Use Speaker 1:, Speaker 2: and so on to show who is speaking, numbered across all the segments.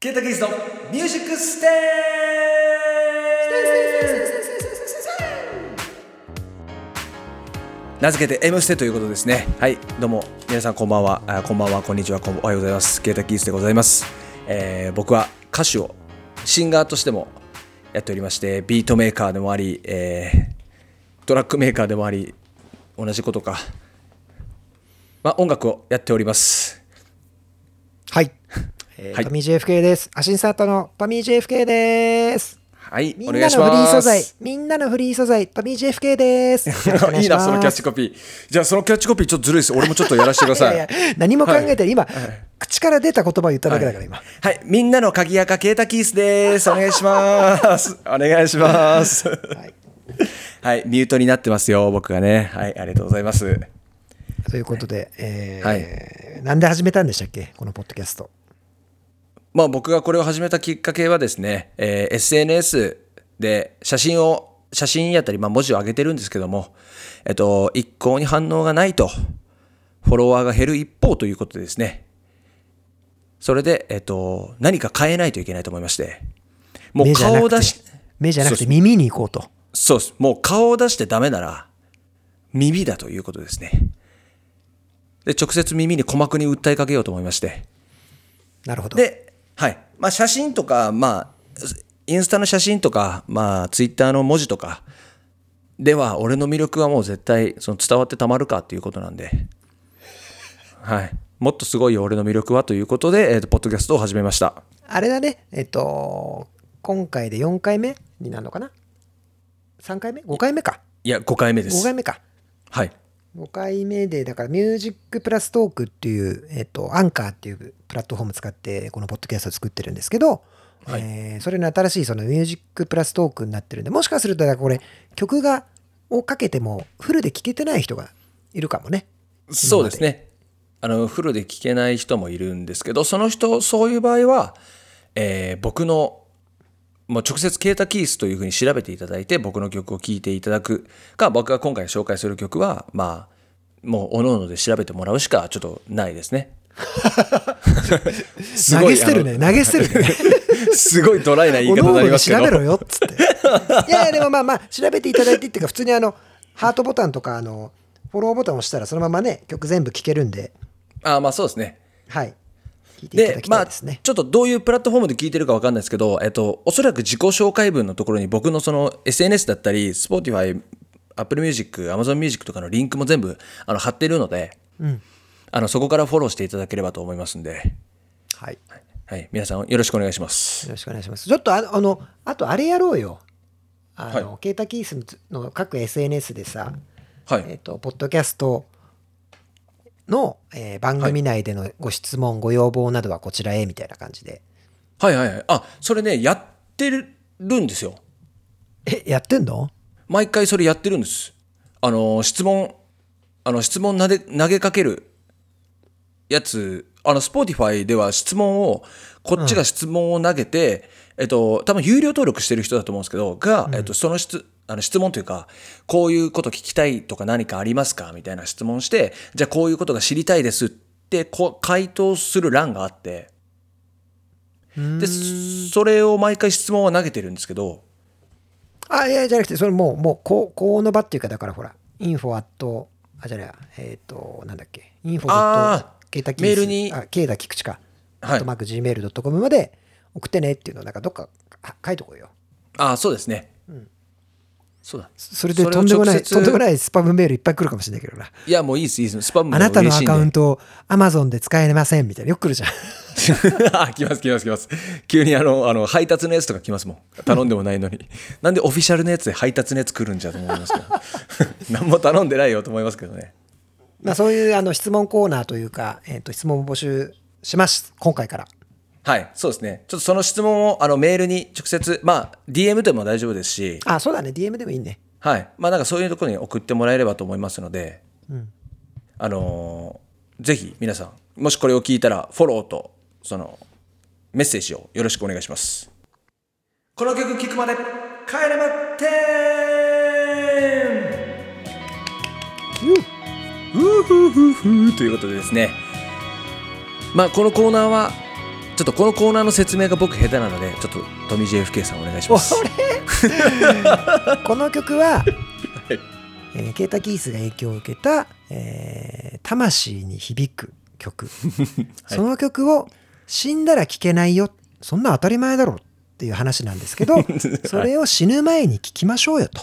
Speaker 1: ケイタキーズのミュージックステー名付けて M ステということですねはいどうも皆さんこんばんはあこんばんはこんにちはこんおはようございますケイタキーズでございます、えー僕は歌手をシンガーとしてもやっておりましてビートメーカーでもあり、えートラックメーカーでもあり同じことかまあ音楽をやっております
Speaker 2: はい。えー
Speaker 1: はい
Speaker 2: パミー JFK です。アシンサートのパミー JFK です。
Speaker 1: はい
Speaker 2: み
Speaker 1: お
Speaker 2: んな
Speaker 1: 願
Speaker 2: の
Speaker 1: いし
Speaker 2: フ
Speaker 1: ます
Speaker 2: リー素材、みんなのフリー素材、パミー JFK です。よろしくお願
Speaker 1: いいな、
Speaker 2: します
Speaker 1: そのキャッチコピー。じゃあ、そのキャッチコピー、ちょっとずるいです。俺もちょっとやらせてください。
Speaker 2: いやいや何も考えてない、今、口から出た言葉を言っただけだから、今。
Speaker 1: はい、みんなの鍵垢、ケータキースです。お願いします。 お願いします。 はい、ミュートになってますよ、僕がね。はい、ありがとうございます。
Speaker 2: ということで、えー
Speaker 1: は
Speaker 2: なんで始めたんでしたっけこのポッドキャスト。
Speaker 1: まあ、僕がこれを始めたきっかけはですね、えー SNS で写真を、写真やったり、まあ、文字を上げてるんですけども、えっと、一向に反応がないと、フォロワーが減る一方ということでですね、それで、えっと、何か変えないといけないと思いまして、もう
Speaker 2: 目じゃな
Speaker 1: 顔
Speaker 2: く
Speaker 1: を
Speaker 2: て
Speaker 1: 出し、、
Speaker 2: 目じゃなく
Speaker 1: そう
Speaker 2: て耳に行こうと。
Speaker 1: そうです。もう顔を出してダメなら、耳だということですね。で、直接耳に鼓膜に訴えかけようと思いまして。
Speaker 2: なるほど。
Speaker 1: で、はい。まあ、写真とか、まあ、インスタの写真とか、まあ、ツイッターの文字とか、では、俺の魅力はもう絶対、その伝わってたまるかっていうことなんで、はい。もっとすごいよ、俺の魅力はということで、えっ、と、ポッドキャストを始めました。
Speaker 2: あれだね、えっと、今回で4回目になるのかな ?3 回目 ?5 回目か。
Speaker 1: いや、5回目で
Speaker 2: 5
Speaker 1: す
Speaker 2: 回。目か。
Speaker 1: はい。
Speaker 2: 5回目で、だから、ミュージックプラストークっていう、えっと、アンカーっていうプラットフォーム使って、このポッドキャストを作ってるんですけど、
Speaker 1: はい
Speaker 2: えーそれの新しい、そのミュージックプラストークになってるんで、もしかすると、だからこれ、曲が、をかけても、フルで聴けてない人がいるかもね。
Speaker 1: そうですね。あのフルで聞けない人もいるんですけど、その人そういう場合は、えー僕のもう直接ケータキースというふうに調べていただいて僕の曲を聴いていただくか僕が今回紹介する曲はまあもう各々で調べてもらうしかちょっとないです ね。す
Speaker 2: 投
Speaker 1: ご
Speaker 2: げ
Speaker 1: い
Speaker 2: 捨てるね、投げ捨てるね。
Speaker 1: あのすごいドライな 言い
Speaker 2: お
Speaker 1: 方にな
Speaker 2: のお
Speaker 1: り
Speaker 2: の
Speaker 1: ま
Speaker 2: です
Speaker 1: けど。
Speaker 2: 調べろよっつって。いやいや、でもまあまあ、調べていただいてっていうか、普通にあの、ハートボタンとか、あの、フォローボタンを押したら、そのままね、曲全部聴けるんで、
Speaker 1: あーまあそうですね。
Speaker 2: はい。聴いていた
Speaker 1: で
Speaker 2: だき
Speaker 1: ま
Speaker 2: た
Speaker 1: あ、
Speaker 2: いです
Speaker 1: ち
Speaker 2: ね。
Speaker 1: ょっとどういうプラットフォームで聞いてるかわかんないですけど、えっと、おそらく自己紹介文のところに僕のその SNS だったり、Spotify、Apple Music、Amazon Music とかのリンクも全部あの貼っているので、あのそこからフォローしていただければと思いますんで、
Speaker 2: はい。
Speaker 1: はい、皆さんよろしくお願いします。
Speaker 2: よろしくお願いします。ちょっとああの、あとあれやろうよ。あの、ケータキースの各 SNS でさ、
Speaker 1: は
Speaker 2: えっ、
Speaker 1: い、
Speaker 2: と、ポッドキャストの、えー番組内でのご質問、ご要望などはこちらへみたいな感じで。
Speaker 1: はい、はいはい。あ、それね、やってるんですよ。
Speaker 2: え、やってんの
Speaker 1: 毎回それやってるんです。あの、質問、あの、質問投げ投げかけるやつ、あの、Spotify では質問を、こっちが質問を投げて、えっと、多分有料登録してる人だと思うんですけど、が、えっと、その質、あの質問というか、こういうこと聞きたいとか何かありますかみたいな質問して、じゃあこういうことが知りたいですって、こう、回答する欄があって、で、それを毎回質問は投げてるんですけど、
Speaker 2: あ、いや、じゃなくて、それもう、もう、こう、こうの場っていうか、だからほら、インフォアット、あ、じゃないや、えっ、と、なんだっけ、インフォアッ
Speaker 1: あ
Speaker 2: ト、ケータキース
Speaker 1: メールに
Speaker 2: あ、ケータ菊池か、
Speaker 1: はい
Speaker 2: アットマーク Gmail.com まで送ってねっていうのを、なんかどっかあ書いとこうよ。
Speaker 1: ああ、そうですね。そうだ。
Speaker 2: それで
Speaker 1: それを
Speaker 2: とんでもな
Speaker 1: 直
Speaker 2: い、
Speaker 1: 接
Speaker 2: とんでもないスパムメールいっぱい来るかもしれないけどな。
Speaker 1: いや、もういいです、いいです。スパムで
Speaker 2: あ
Speaker 1: も
Speaker 2: なたの
Speaker 1: 嬉
Speaker 2: ア
Speaker 1: しいんで
Speaker 2: カウントを Amazon で使えませんみたいな。よく来 るじゃん。
Speaker 1: あ来ます、来ます、来ます。急にあの、あの、配達のやつとか来ますもん。頼んでもないの に。なんでオフィシャルのやつで配達のやつ来るんじゃと思いますけど。 何も頼んでないよと思いますけどね。
Speaker 2: まあそういうあの質問コーナーというか、えっ、と質問を募集します。今回から。
Speaker 1: はい、そうですね。ちょっとその質問をあのメールに直接、まあ、DM でも大丈夫ですし、
Speaker 2: あ、そうだね。DM でもいいね。
Speaker 1: はい。まあ、なんかそういうところに送ってもらえればと思いますので、あのーぜひ皆さん、もしこれを聞いたら、フォローと、その、メッセージをよろしくお願いします。この曲聴くまで、帰れまってうふふふということでですね、まあ、このコーナーはちょっとこのコーナーの説明が僕下手なのでちょっと富士 FK さんお願いします
Speaker 2: この曲は、
Speaker 1: い
Speaker 2: えーケータ・キースが影響を受けた、えー魂に響く 曲、その曲を死んだら聴けないよそんな当たり前だろっていう話なんです けどそれを死ぬ前に聴きましょうよと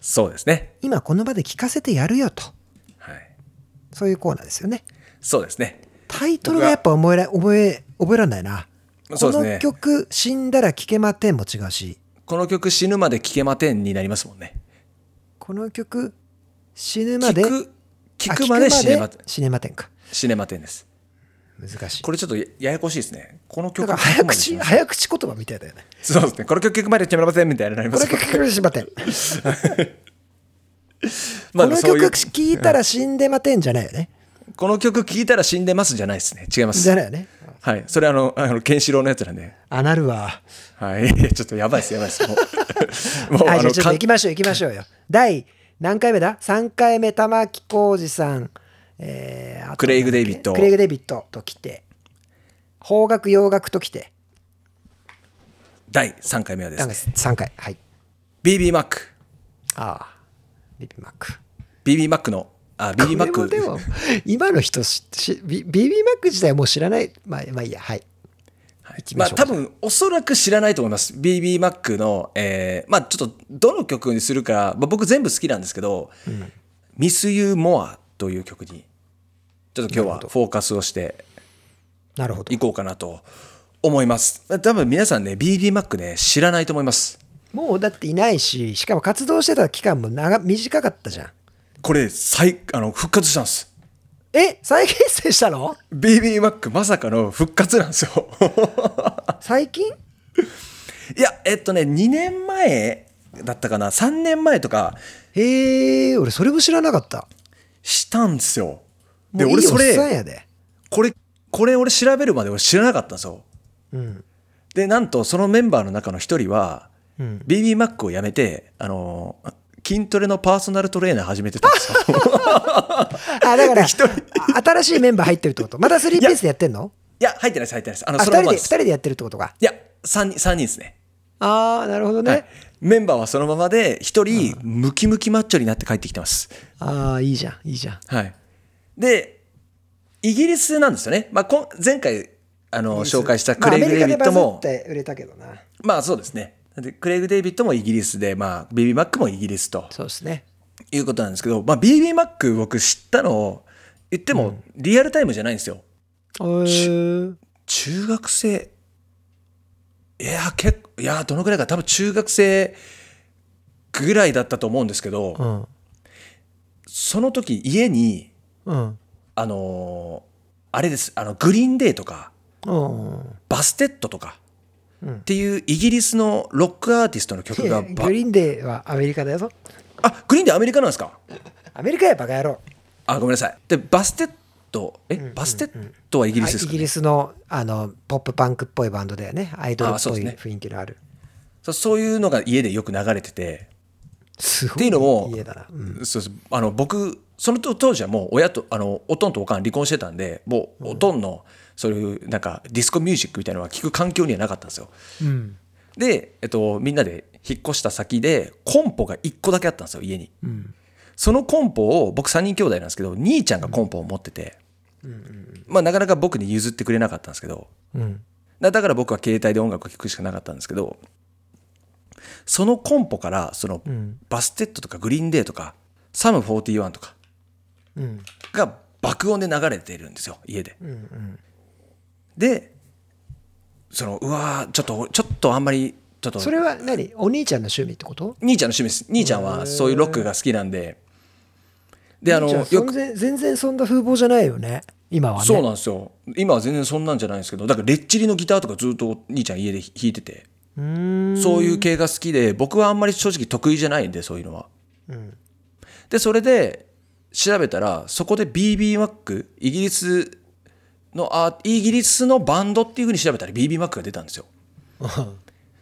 Speaker 1: そうですね
Speaker 2: 今この場で聴かせてやるよと
Speaker 1: はい
Speaker 2: そういうコーナーですよね
Speaker 1: そうですね
Speaker 2: タイトルがやっぱ覚えら覚え覚えられないな
Speaker 1: そうです
Speaker 2: こ
Speaker 1: ね
Speaker 2: の曲「死んだら聴けまてん」も違うし
Speaker 1: この曲死ぬまで聴けまてんになりますもんね
Speaker 2: この曲死ぬま
Speaker 1: 聞
Speaker 2: で
Speaker 1: く聞くまで死ねまてん
Speaker 2: シネマテンか。
Speaker 1: 死ねまてんです
Speaker 2: 難しい。
Speaker 1: これちょっとやややこしいですねこの
Speaker 2: だ
Speaker 1: 曲
Speaker 2: から早
Speaker 1: 聞くまで死
Speaker 2: 口、
Speaker 1: ねま
Speaker 2: 早口言葉みたいだよね。
Speaker 1: そうですねこの曲聞くまで死ねまてんみたいになりま
Speaker 2: こ
Speaker 1: す
Speaker 2: の
Speaker 1: けど
Speaker 2: 曲聞いてまてん。こ
Speaker 1: まあ
Speaker 2: の
Speaker 1: そう
Speaker 2: 曲
Speaker 1: いう
Speaker 2: 聞いたら死んでまてんじゃないよね。
Speaker 1: この曲聴いたら死んでますじゃないですね違います
Speaker 2: じゃないよね。
Speaker 1: はいそれあのあのケンシロウのやつなんで
Speaker 2: あ、なるわ。
Speaker 1: はいいやちょっとやばいですやばいですもうもう
Speaker 2: は
Speaker 1: あ
Speaker 2: い、じ
Speaker 1: の
Speaker 2: ゃ あちょっと
Speaker 1: か
Speaker 2: 行きましょう、行きましょうよ。第何回目だ ?3 回目、玉置浩二さん。えー、あと
Speaker 1: クレイグデイビッド
Speaker 2: クレイグ・デイビッドと来て、邦楽、洋楽と来て、
Speaker 1: 第3回目はです
Speaker 2: なん
Speaker 1: ね
Speaker 2: か3回。はい。
Speaker 1: BB マック
Speaker 2: ああ、ビビマック。
Speaker 1: BB マックのあ BB マッ
Speaker 2: こ
Speaker 1: ク
Speaker 2: れもでも今の人ししビ BB マック自体はもう知らないまあまあいいやはい
Speaker 1: はい
Speaker 2: き
Speaker 1: ま
Speaker 2: ま
Speaker 1: あ
Speaker 2: しょう
Speaker 1: 多分おそらく知らないと思います BB マックの、えーまあ、ちょっとどの曲にするか、まあ、僕全部好きなんですけど「ミス・ユー・モア」という曲にちょっと今日はフォーカスをして
Speaker 2: なるほど
Speaker 1: いこうかなと思います多分皆さんね BB マックね知らないと思います
Speaker 2: もうだっていないししかも活動してた期間も長短かったじゃん
Speaker 1: これ再あの復活したんです
Speaker 2: え再結成し たの
Speaker 1: BB マックまさかの復活なんですよ
Speaker 2: 最近
Speaker 1: いやえっとね2年前だったかな3年前とか
Speaker 2: へえ俺それも知らなかった
Speaker 1: したんですよ
Speaker 2: も
Speaker 1: で
Speaker 2: ういい
Speaker 1: 俺そ
Speaker 2: おっさん
Speaker 1: れ
Speaker 2: やで
Speaker 1: これこれ俺調べるまで俺知らなかったんですよ
Speaker 2: うん
Speaker 1: でなんとそのメンバーの中の一人は、
Speaker 2: うん
Speaker 1: BB マックを辞めてあのー筋トレのパーソナルトレーナー始めてたんですよ
Speaker 2: あ だからあ新しいメンバー入ってるってことまた3ピースでやってんの
Speaker 1: いや入ってないです入ってないですあの
Speaker 2: あ2
Speaker 1: そのま
Speaker 2: 人
Speaker 1: ま
Speaker 2: で
Speaker 1: で
Speaker 2: 二
Speaker 1: す
Speaker 2: 人でやってるってことか
Speaker 1: いや3人三人ですね
Speaker 2: ああなるほどね、
Speaker 1: はいメンバーはそのままで一人ムキムキマッチョになって帰ってきてます
Speaker 2: ああいいじゃんいいじゃん
Speaker 1: はいでイギリスなんですよね、まあ、こん前回あの紹介したクレイグ・デイビッド
Speaker 2: まあ
Speaker 1: も
Speaker 2: ア、メリカでバズって売れたけどな
Speaker 1: まあそうですね。でクレイグ・デイビッドもイギリスで、まあ、BB マックもイギリスと
Speaker 2: そうですね
Speaker 1: いうことなんですけど、まあ、BB マック僕知ったのを言ってもリアルタイムじゃないんですよ。
Speaker 2: へー
Speaker 1: 中学生いや結構いやどのぐらいか多分中学生ぐらいだったと思うんですけど、
Speaker 2: うん
Speaker 1: その時家に
Speaker 2: うん
Speaker 1: あのーあれですあのグリーンデーとか
Speaker 2: うん
Speaker 1: バステッドとか
Speaker 2: うん
Speaker 1: っていうイギリスのロックアーティストの曲がば
Speaker 2: グリーンデーはアメリカだよぞ
Speaker 1: あグリーンデーアメリカなんですか
Speaker 2: アメリカやバカ野郎
Speaker 1: あごめんなさいでバステッドえ、バステッドはイギリスです
Speaker 2: イ
Speaker 1: か、
Speaker 2: ギリスのあのポップパンクっぽいバンドだよねアイドルっ
Speaker 1: あそ
Speaker 2: ぽ
Speaker 1: う
Speaker 2: い
Speaker 1: ですね
Speaker 2: 雰囲気のある
Speaker 1: そうそういうのが家でよく流れてて、
Speaker 2: すごい
Speaker 1: っていうのも
Speaker 2: 家だな、うん
Speaker 1: そうそうあの僕その当当時はもう親とあのおとんとおかん離婚してたんでもうおとんのそういうなんかディスコミュージックみたいなのは聞く環境にはなかったんですよ
Speaker 2: うん
Speaker 1: で、えっと、みんなで引っ越した先でコンポが1個だけあったんですよ家に
Speaker 2: うん
Speaker 1: そのコンポを僕3人兄弟なんですけど兄ちゃんがコンポを持ってて、まあなかなか僕に譲ってくれなかったんですけど
Speaker 2: うん
Speaker 1: だだから僕は携帯で音楽を聴くしかなかったんですけどそのコンポからその
Speaker 2: うん
Speaker 1: バステッドとかグリーンデーとかサム41とか
Speaker 2: うん
Speaker 1: が爆音で流れてるんですよ家で。
Speaker 2: うんうん
Speaker 1: でそのうわーちょっとちょっとあんまりちょっと
Speaker 2: それは何お兄ちゃんの趣味ってこと
Speaker 1: 兄ちゃんの趣味です兄ちゃんはそういうロックが好きなんでであの
Speaker 2: 兄ちゃん
Speaker 1: よ
Speaker 2: そん
Speaker 1: く
Speaker 2: ぜ全然そんな風貌じゃないよね今はね
Speaker 1: そうなんですよ今は全然そんなんじゃないんですけどだからレッチリのギターとかずっと兄ちゃん家で弾いてて
Speaker 2: うーん
Speaker 1: そういう系が好きで僕はあんまり正直得意じゃないんでそういうのは。
Speaker 2: うん
Speaker 1: でそれで調べたらそこで BB マックイギリスのあイギリスのバンドっていうふうに調べたら BB マックが出たん ですよ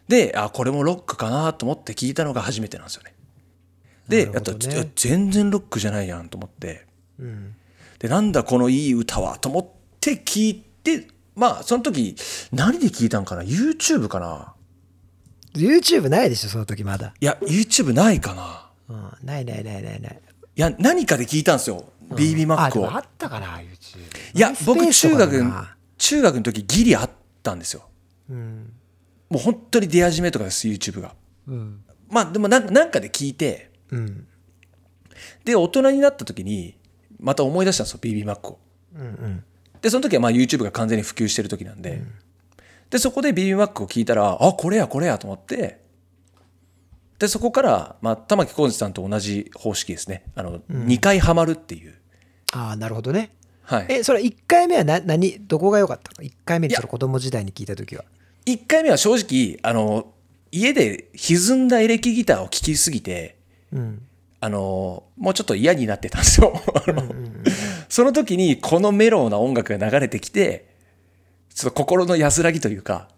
Speaker 1: であこれもロックかなと思って聞いたのが初めてなんですよねで
Speaker 2: な
Speaker 1: あ
Speaker 2: るほ
Speaker 1: と
Speaker 2: ど
Speaker 1: ち
Speaker 2: ね
Speaker 1: いや全然ロックじゃないやんと思って
Speaker 2: うん
Speaker 1: でなんだこのいい歌はと思って聞いてまあ、その時、何で聞いたんかな ?YouTube かな
Speaker 2: YouTube ないでしょ、その時まだ。
Speaker 1: いや、YouTube ないかな
Speaker 2: うん、ないないないないない。
Speaker 1: いや、何かで聞いたんですよ。BB マッ
Speaker 2: あ、
Speaker 1: ク
Speaker 2: で
Speaker 1: を。
Speaker 2: もあったかな、YouTube。
Speaker 1: いや、僕、
Speaker 2: MySpace
Speaker 1: 中
Speaker 2: とかだ
Speaker 1: 学
Speaker 2: な、
Speaker 1: 中学の時ギリあったんですよ。
Speaker 2: うん。
Speaker 1: もう本当に出始めとかです、YouTube が。
Speaker 2: うん。
Speaker 1: まあ、でもなんかなんかで聞いて、
Speaker 2: うん。
Speaker 1: で、大人になった時に、また思い出したんですよ、BB マックを。
Speaker 2: うん。うん。
Speaker 1: で、その時はまあ YouTube が完全に普及してる時なんで、で、そこで BB マックを聞いたら、あ、これやこれやと思って、で、そこから、まあ、玉木浩二さんと同じ方式ですね。あの、2回ハマるっていう。
Speaker 2: ああ、なるほどね。
Speaker 1: はい。
Speaker 2: え、それ1回目はな何、どこが良かったの ?1 回目
Speaker 1: い
Speaker 2: に
Speaker 1: や
Speaker 2: その子供時代に聞いた時は。
Speaker 1: 1回目は正直、あの、家で歪んだエレキギターを聴きすぎて、
Speaker 2: うん。
Speaker 1: あの、もうちょっと嫌になってたんですよ。あの その時にこのメロウな音楽が流れてきて、ちょっと心の安らぎというか、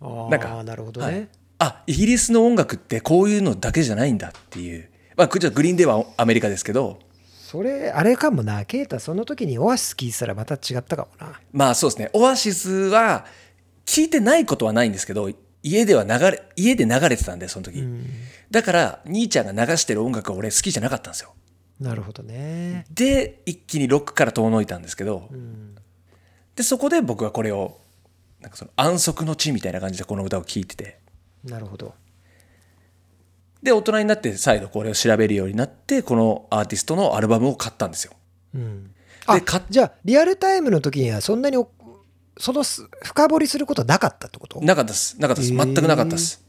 Speaker 2: あ
Speaker 1: なんか
Speaker 2: あ、なるほど
Speaker 1: はい
Speaker 2: ね。
Speaker 1: あイギリスの音楽ってこういうのだけじゃないんだっていう、まあ、こっちはグリーンではアメリカですけど
Speaker 2: それ、あれかもな。ケイタ、その時にオアシス聞いてたらまた違ったかもな。
Speaker 1: まあそうですねオアシスは聞いてないことはないんですけど家では流れ家で流れてたんでその時、
Speaker 2: うん。
Speaker 1: だから兄ちゃんが流してる音楽は俺好きじゃなかったんですよ
Speaker 2: なるほどね。
Speaker 1: で一気にロックから遠のいたんですけど
Speaker 2: うん。
Speaker 1: でそこで僕はこれをなんかその安息の地みたいな感じでこの歌を聴いてて
Speaker 2: なるほど。
Speaker 1: で大人になって再度これを調べるようになってこのアーティストのアルバムを買ったんですよ
Speaker 2: うん。あ
Speaker 1: でか
Speaker 2: じゃあ、リアルタイムの時にはそんなにお、そのす深掘りすることなかったってこと
Speaker 1: なかったです。なかったです。
Speaker 2: へー
Speaker 1: 全くなかったです。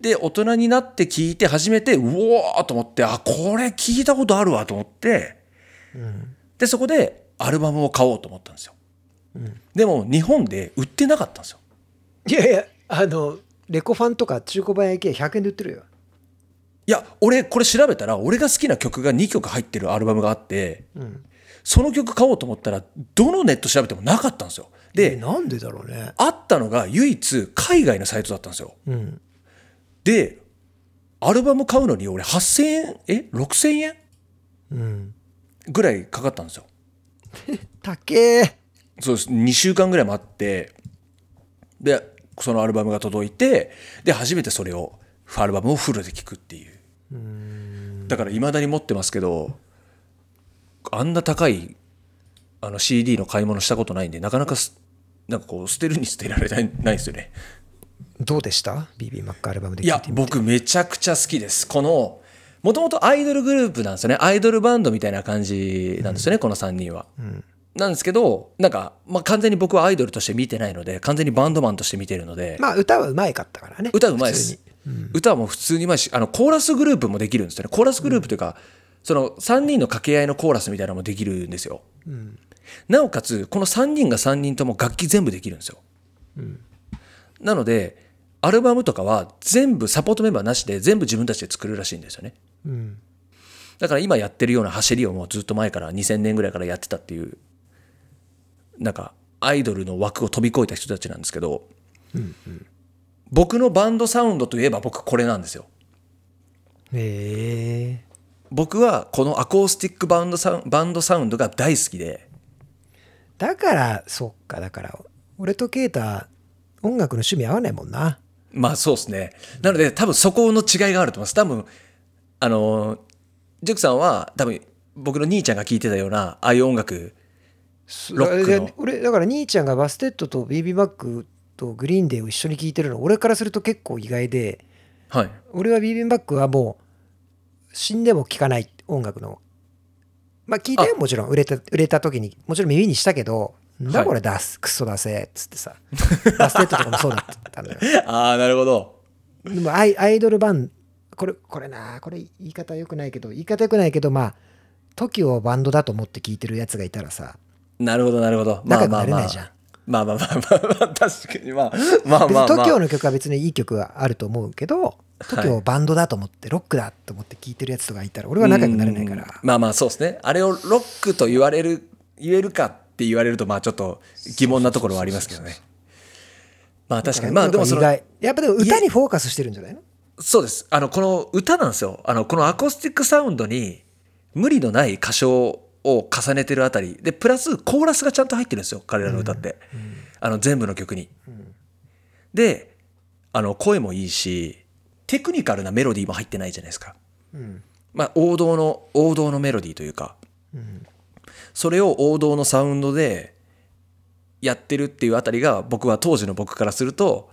Speaker 1: で、大人になって聞いて初めて、うおーと思って、あ、これ聞いたことあるわと思って、
Speaker 2: うん。
Speaker 1: で、そこでアルバムを買おうと思ったんですよ。
Speaker 2: うん
Speaker 1: でも、日本で売ってなかったんですよ。
Speaker 2: いやいや、あの、レコファンとか中古版 AK100 円で売ってるよ。
Speaker 1: いや、俺、これ調べたら、俺が好きな曲が2曲入ってるアルバムがあって、
Speaker 2: うん。
Speaker 1: その曲買おうと思ったら、どのネット調べてもなかったんですよ。
Speaker 2: え
Speaker 1: で、
Speaker 2: なんでだろうね。
Speaker 1: あったのが唯一海外のサイトだったんですよ。
Speaker 2: うん。
Speaker 1: で、アルバム買うのに俺8000円、え ?6000 円
Speaker 2: うん。
Speaker 1: ぐらいかかったんですよ。
Speaker 2: たけー。
Speaker 1: そうです2週間ぐらい待ってでそのアルバムが届いてで初めてそれをアルバムをフルで聴くっていうだからいまだに持ってますけどあんな高いあの CD の買い物したことないんでなかなかすなんかこう捨てるに捨てられないないですよね
Speaker 2: どうでした ?BB マックアルバムで
Speaker 1: い
Speaker 2: 聞い
Speaker 1: や
Speaker 2: てみて。
Speaker 1: 僕めちゃくちゃ好きですこのもともとアイドルグループなんですよねアイドルバンドみたいな感じなんですよね、この3人は、
Speaker 2: ん
Speaker 1: なんですけどなんか、まあ、完全に僕はアイドルとして見てないので完全にバンドマンとして見てるので、
Speaker 2: まあ、歌はうまいかったからね。
Speaker 1: 歌うまいで
Speaker 2: 普
Speaker 1: す
Speaker 2: 通に、
Speaker 1: 歌はもう普通にうまいしあのコーラスグループもできるんですよねコーラスグループというか、その3人の掛け合いのコーラスみたいなのもできるんですよ、なおかつこの3人が3人とも楽器全部できるんですよ、なのでアルバムとかは全部サポートメンバーなしで全部自分たちで作るらしいんですよね
Speaker 2: うん。
Speaker 1: だから今やってるような走りをもうずっと前から2000年ぐらいからやってたっていうなんかアイドルの枠を飛び越えた人たちなんですけど、僕のバンドサウンドといえば僕これなんですよ
Speaker 2: へえ。
Speaker 1: 僕はこのアコースティックバンドサウンバンドサウンドが大好きで
Speaker 2: だから、そっか、だから、俺とケイタ、音楽の趣味合わないもんな。
Speaker 1: まあそうですねなので多分そこの違いがあると思います多分あのージュクさんは多分僕の兄ちゃんが聴いてたようなああいう音楽ロックの
Speaker 2: いや俺だから兄ちゃんがバステッドとビービーバックとグリーンデーを一緒に聴いてるの俺からすると結構意外で
Speaker 1: はい
Speaker 2: 俺はビービーバックはもう死んでも聴かない音楽のまあ聞いたよもちろん売れた売れた時にもちろん耳にしたけどなんだこれ出す、クソ出せっつってさバステッドとかもそうだったんだよ
Speaker 1: ああなるほど
Speaker 2: でもアイアイドルバンこれこれなこれ言い方良くないけど言い方良くないけどまあ TOKIO をバンドだと思って聴いてるやつがいたらさ
Speaker 1: なるほどなるほど
Speaker 2: 仲良くなれないじゃん、
Speaker 1: まあまあまあまあまあ、確かにまあまあま
Speaker 2: 別に
Speaker 1: あ、まあ、
Speaker 2: TOKIO の曲は別にいい曲はあると思うけど TOKIO をバンドだと思ってロックだと思って聴いてるやつとかいたら俺は仲良くなれないから
Speaker 1: うんまあまあそうですねあれをロックと言われる言えるかって言われるとまあちょっと疑問なところはありますけどねまあ確かにまあでもそ
Speaker 2: 意
Speaker 1: の
Speaker 2: 外やっぱでも歌にフォーカスしてるんじゃないの
Speaker 1: そうですあのこの歌なんですよあのこのアコースティックサウンドに無理のない歌唱を重ねてるあたりでプラスコーラスがちゃんと入ってるんですよ彼らの歌って、あの全部の曲に。であの声もいいしテクニカルなメロディーも入ってないじゃないですか。
Speaker 2: うん
Speaker 1: まあ、王道の王道のメロディーというか
Speaker 2: うん
Speaker 1: それを王道のサウンドでやってるっていうあたりが僕は当時の僕からすると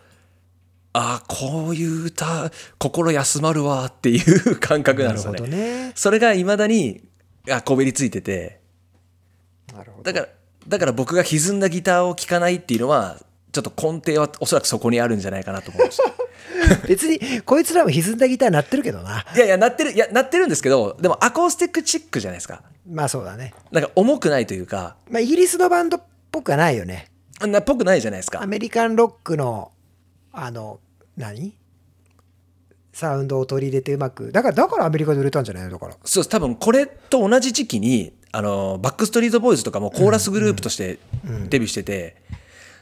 Speaker 1: ああこういう歌心休まるわっていう感覚なん
Speaker 2: な
Speaker 1: で
Speaker 2: る
Speaker 1: すよ
Speaker 2: ほ
Speaker 1: ね
Speaker 2: ど。ね。
Speaker 1: それがいまだにあこびりついてて
Speaker 2: なるほど。
Speaker 1: だからだから僕が歪んだギターを聴かないっていうのはちょっと根底はおそらくそこにあるんじゃないかなと思いました
Speaker 2: 別に、こいつらも歪んだギター鳴ってるけどな。
Speaker 1: いやいやなってるいやなってるんですけどでもアコースティックチックじゃないですか
Speaker 2: まあそうだね。
Speaker 1: なんか重くないというか
Speaker 2: まあイギリスのバンドっぽくはないよね。
Speaker 1: あんなっぽくないじゃないです
Speaker 2: ア
Speaker 1: か
Speaker 2: メリカンロックの、あの、何サウンドを取り入れてうまく。だから、だからアメリカで売れたんじゃないのだから。
Speaker 1: そうです多分これと同じ時期にあのバックストリートボーイズとかもコーラスグループとしてデビューしてて、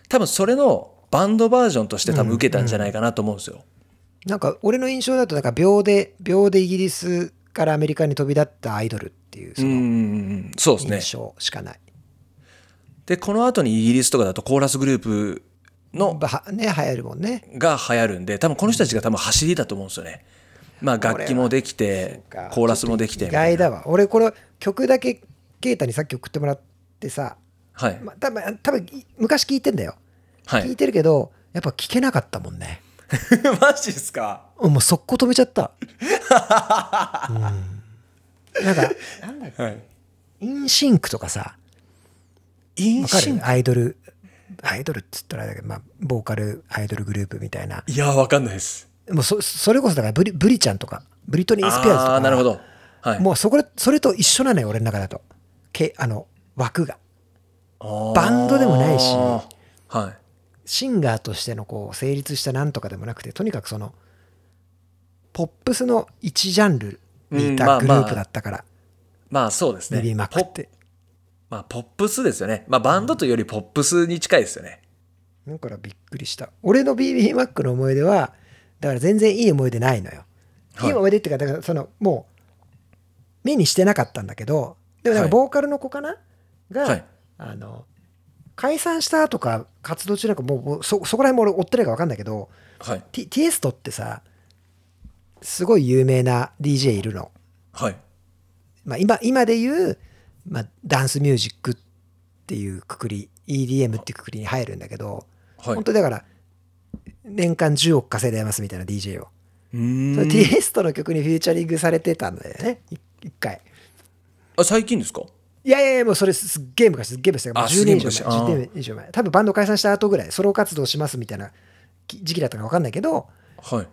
Speaker 1: 多分それのバンドバージョンとして多分受けたんじゃないかなと思うんですよ、
Speaker 2: なんか、俺の印象だと、なんか秒で、秒でイギリスからアメリカに飛び立ったアイドルっていう、そ
Speaker 1: うん
Speaker 2: の
Speaker 1: うんうんそうですね
Speaker 2: 印象しかない。
Speaker 1: でこの後にイギリスとかだとコーラスグループの
Speaker 2: ばね、流行るもんね。
Speaker 1: が流行るんで多分この人たちが多分走りだと思うんですよねまあ楽器もできて
Speaker 2: そうか
Speaker 1: コーラスもできて
Speaker 2: 意
Speaker 1: みたい
Speaker 2: 外
Speaker 1: な
Speaker 2: だわ。俺、これ、曲だけ、ケイタにさっき送ってもらってさ、
Speaker 1: はい、
Speaker 2: まあ、多分多分い昔聞いてんだよ、
Speaker 1: は
Speaker 2: 聞い
Speaker 1: い、
Speaker 2: てるけどやっぱ聞けなかったもんね
Speaker 1: マジですか
Speaker 2: もう速攻止めち ゃった、うん、なんか
Speaker 1: はい
Speaker 2: インシンクとかさ
Speaker 1: イン
Speaker 2: わか
Speaker 1: シ
Speaker 2: る
Speaker 1: ン
Speaker 2: アイドルアイドルっつったらあれだけど、まあ、ボーカルアイドルグループみたいない
Speaker 1: やわかんないです
Speaker 2: もうそそれこそだからブリブリちゃんとかブリトニー・スピアーズと
Speaker 1: ああ
Speaker 2: か
Speaker 1: ーなるほどはい
Speaker 2: もうそこでそれと一緒なのよ俺の中だとけあの枠がバンドでもないし
Speaker 1: あーはい
Speaker 2: シンガーとしてのこう成立したなんとかでもなくてとにかくそのポップスの一ジャンルにい
Speaker 1: うんまあ
Speaker 2: たグループだったから、
Speaker 1: まあそうですね
Speaker 2: ビビマックって
Speaker 1: まあポップスですよねまあバンドというよりポップスに近いですよね
Speaker 2: だからびっくりした俺の BB マックの思い出はだから全然いい思い出ないのよ、
Speaker 1: はい
Speaker 2: い、い思い出っていうかだからそのもう目にしてなかったんだけどでもなんかボーカルの子かな、が、
Speaker 1: はい
Speaker 2: あの解散したとか活動中なんかもうもうそそこら辺も俺追ってないから分かんないけど
Speaker 1: はい
Speaker 2: ティティエストってさすごい有名な DJ いるの、
Speaker 1: はい
Speaker 2: まあ、今今で言う、まあ、ダンスミュージックっていうくくり EDM っていうくくりに入るんだけど、
Speaker 1: はい
Speaker 2: 本当だから年間10億稼いでますみたいな DJ を、
Speaker 1: うーん
Speaker 2: それティエストの曲にフューチャリングされてたんだよねい一回
Speaker 1: あ最近ですか
Speaker 2: いやいやいやもうそれすっげえ昔すっげえ昔だから
Speaker 1: あ
Speaker 2: もう10年以上
Speaker 1: すげえ
Speaker 2: 前
Speaker 1: 昔あー
Speaker 2: 10年以上前多分バンド解散した後ぐらいソロ活動しますみたいなき時期だったか分かんないけど
Speaker 1: はい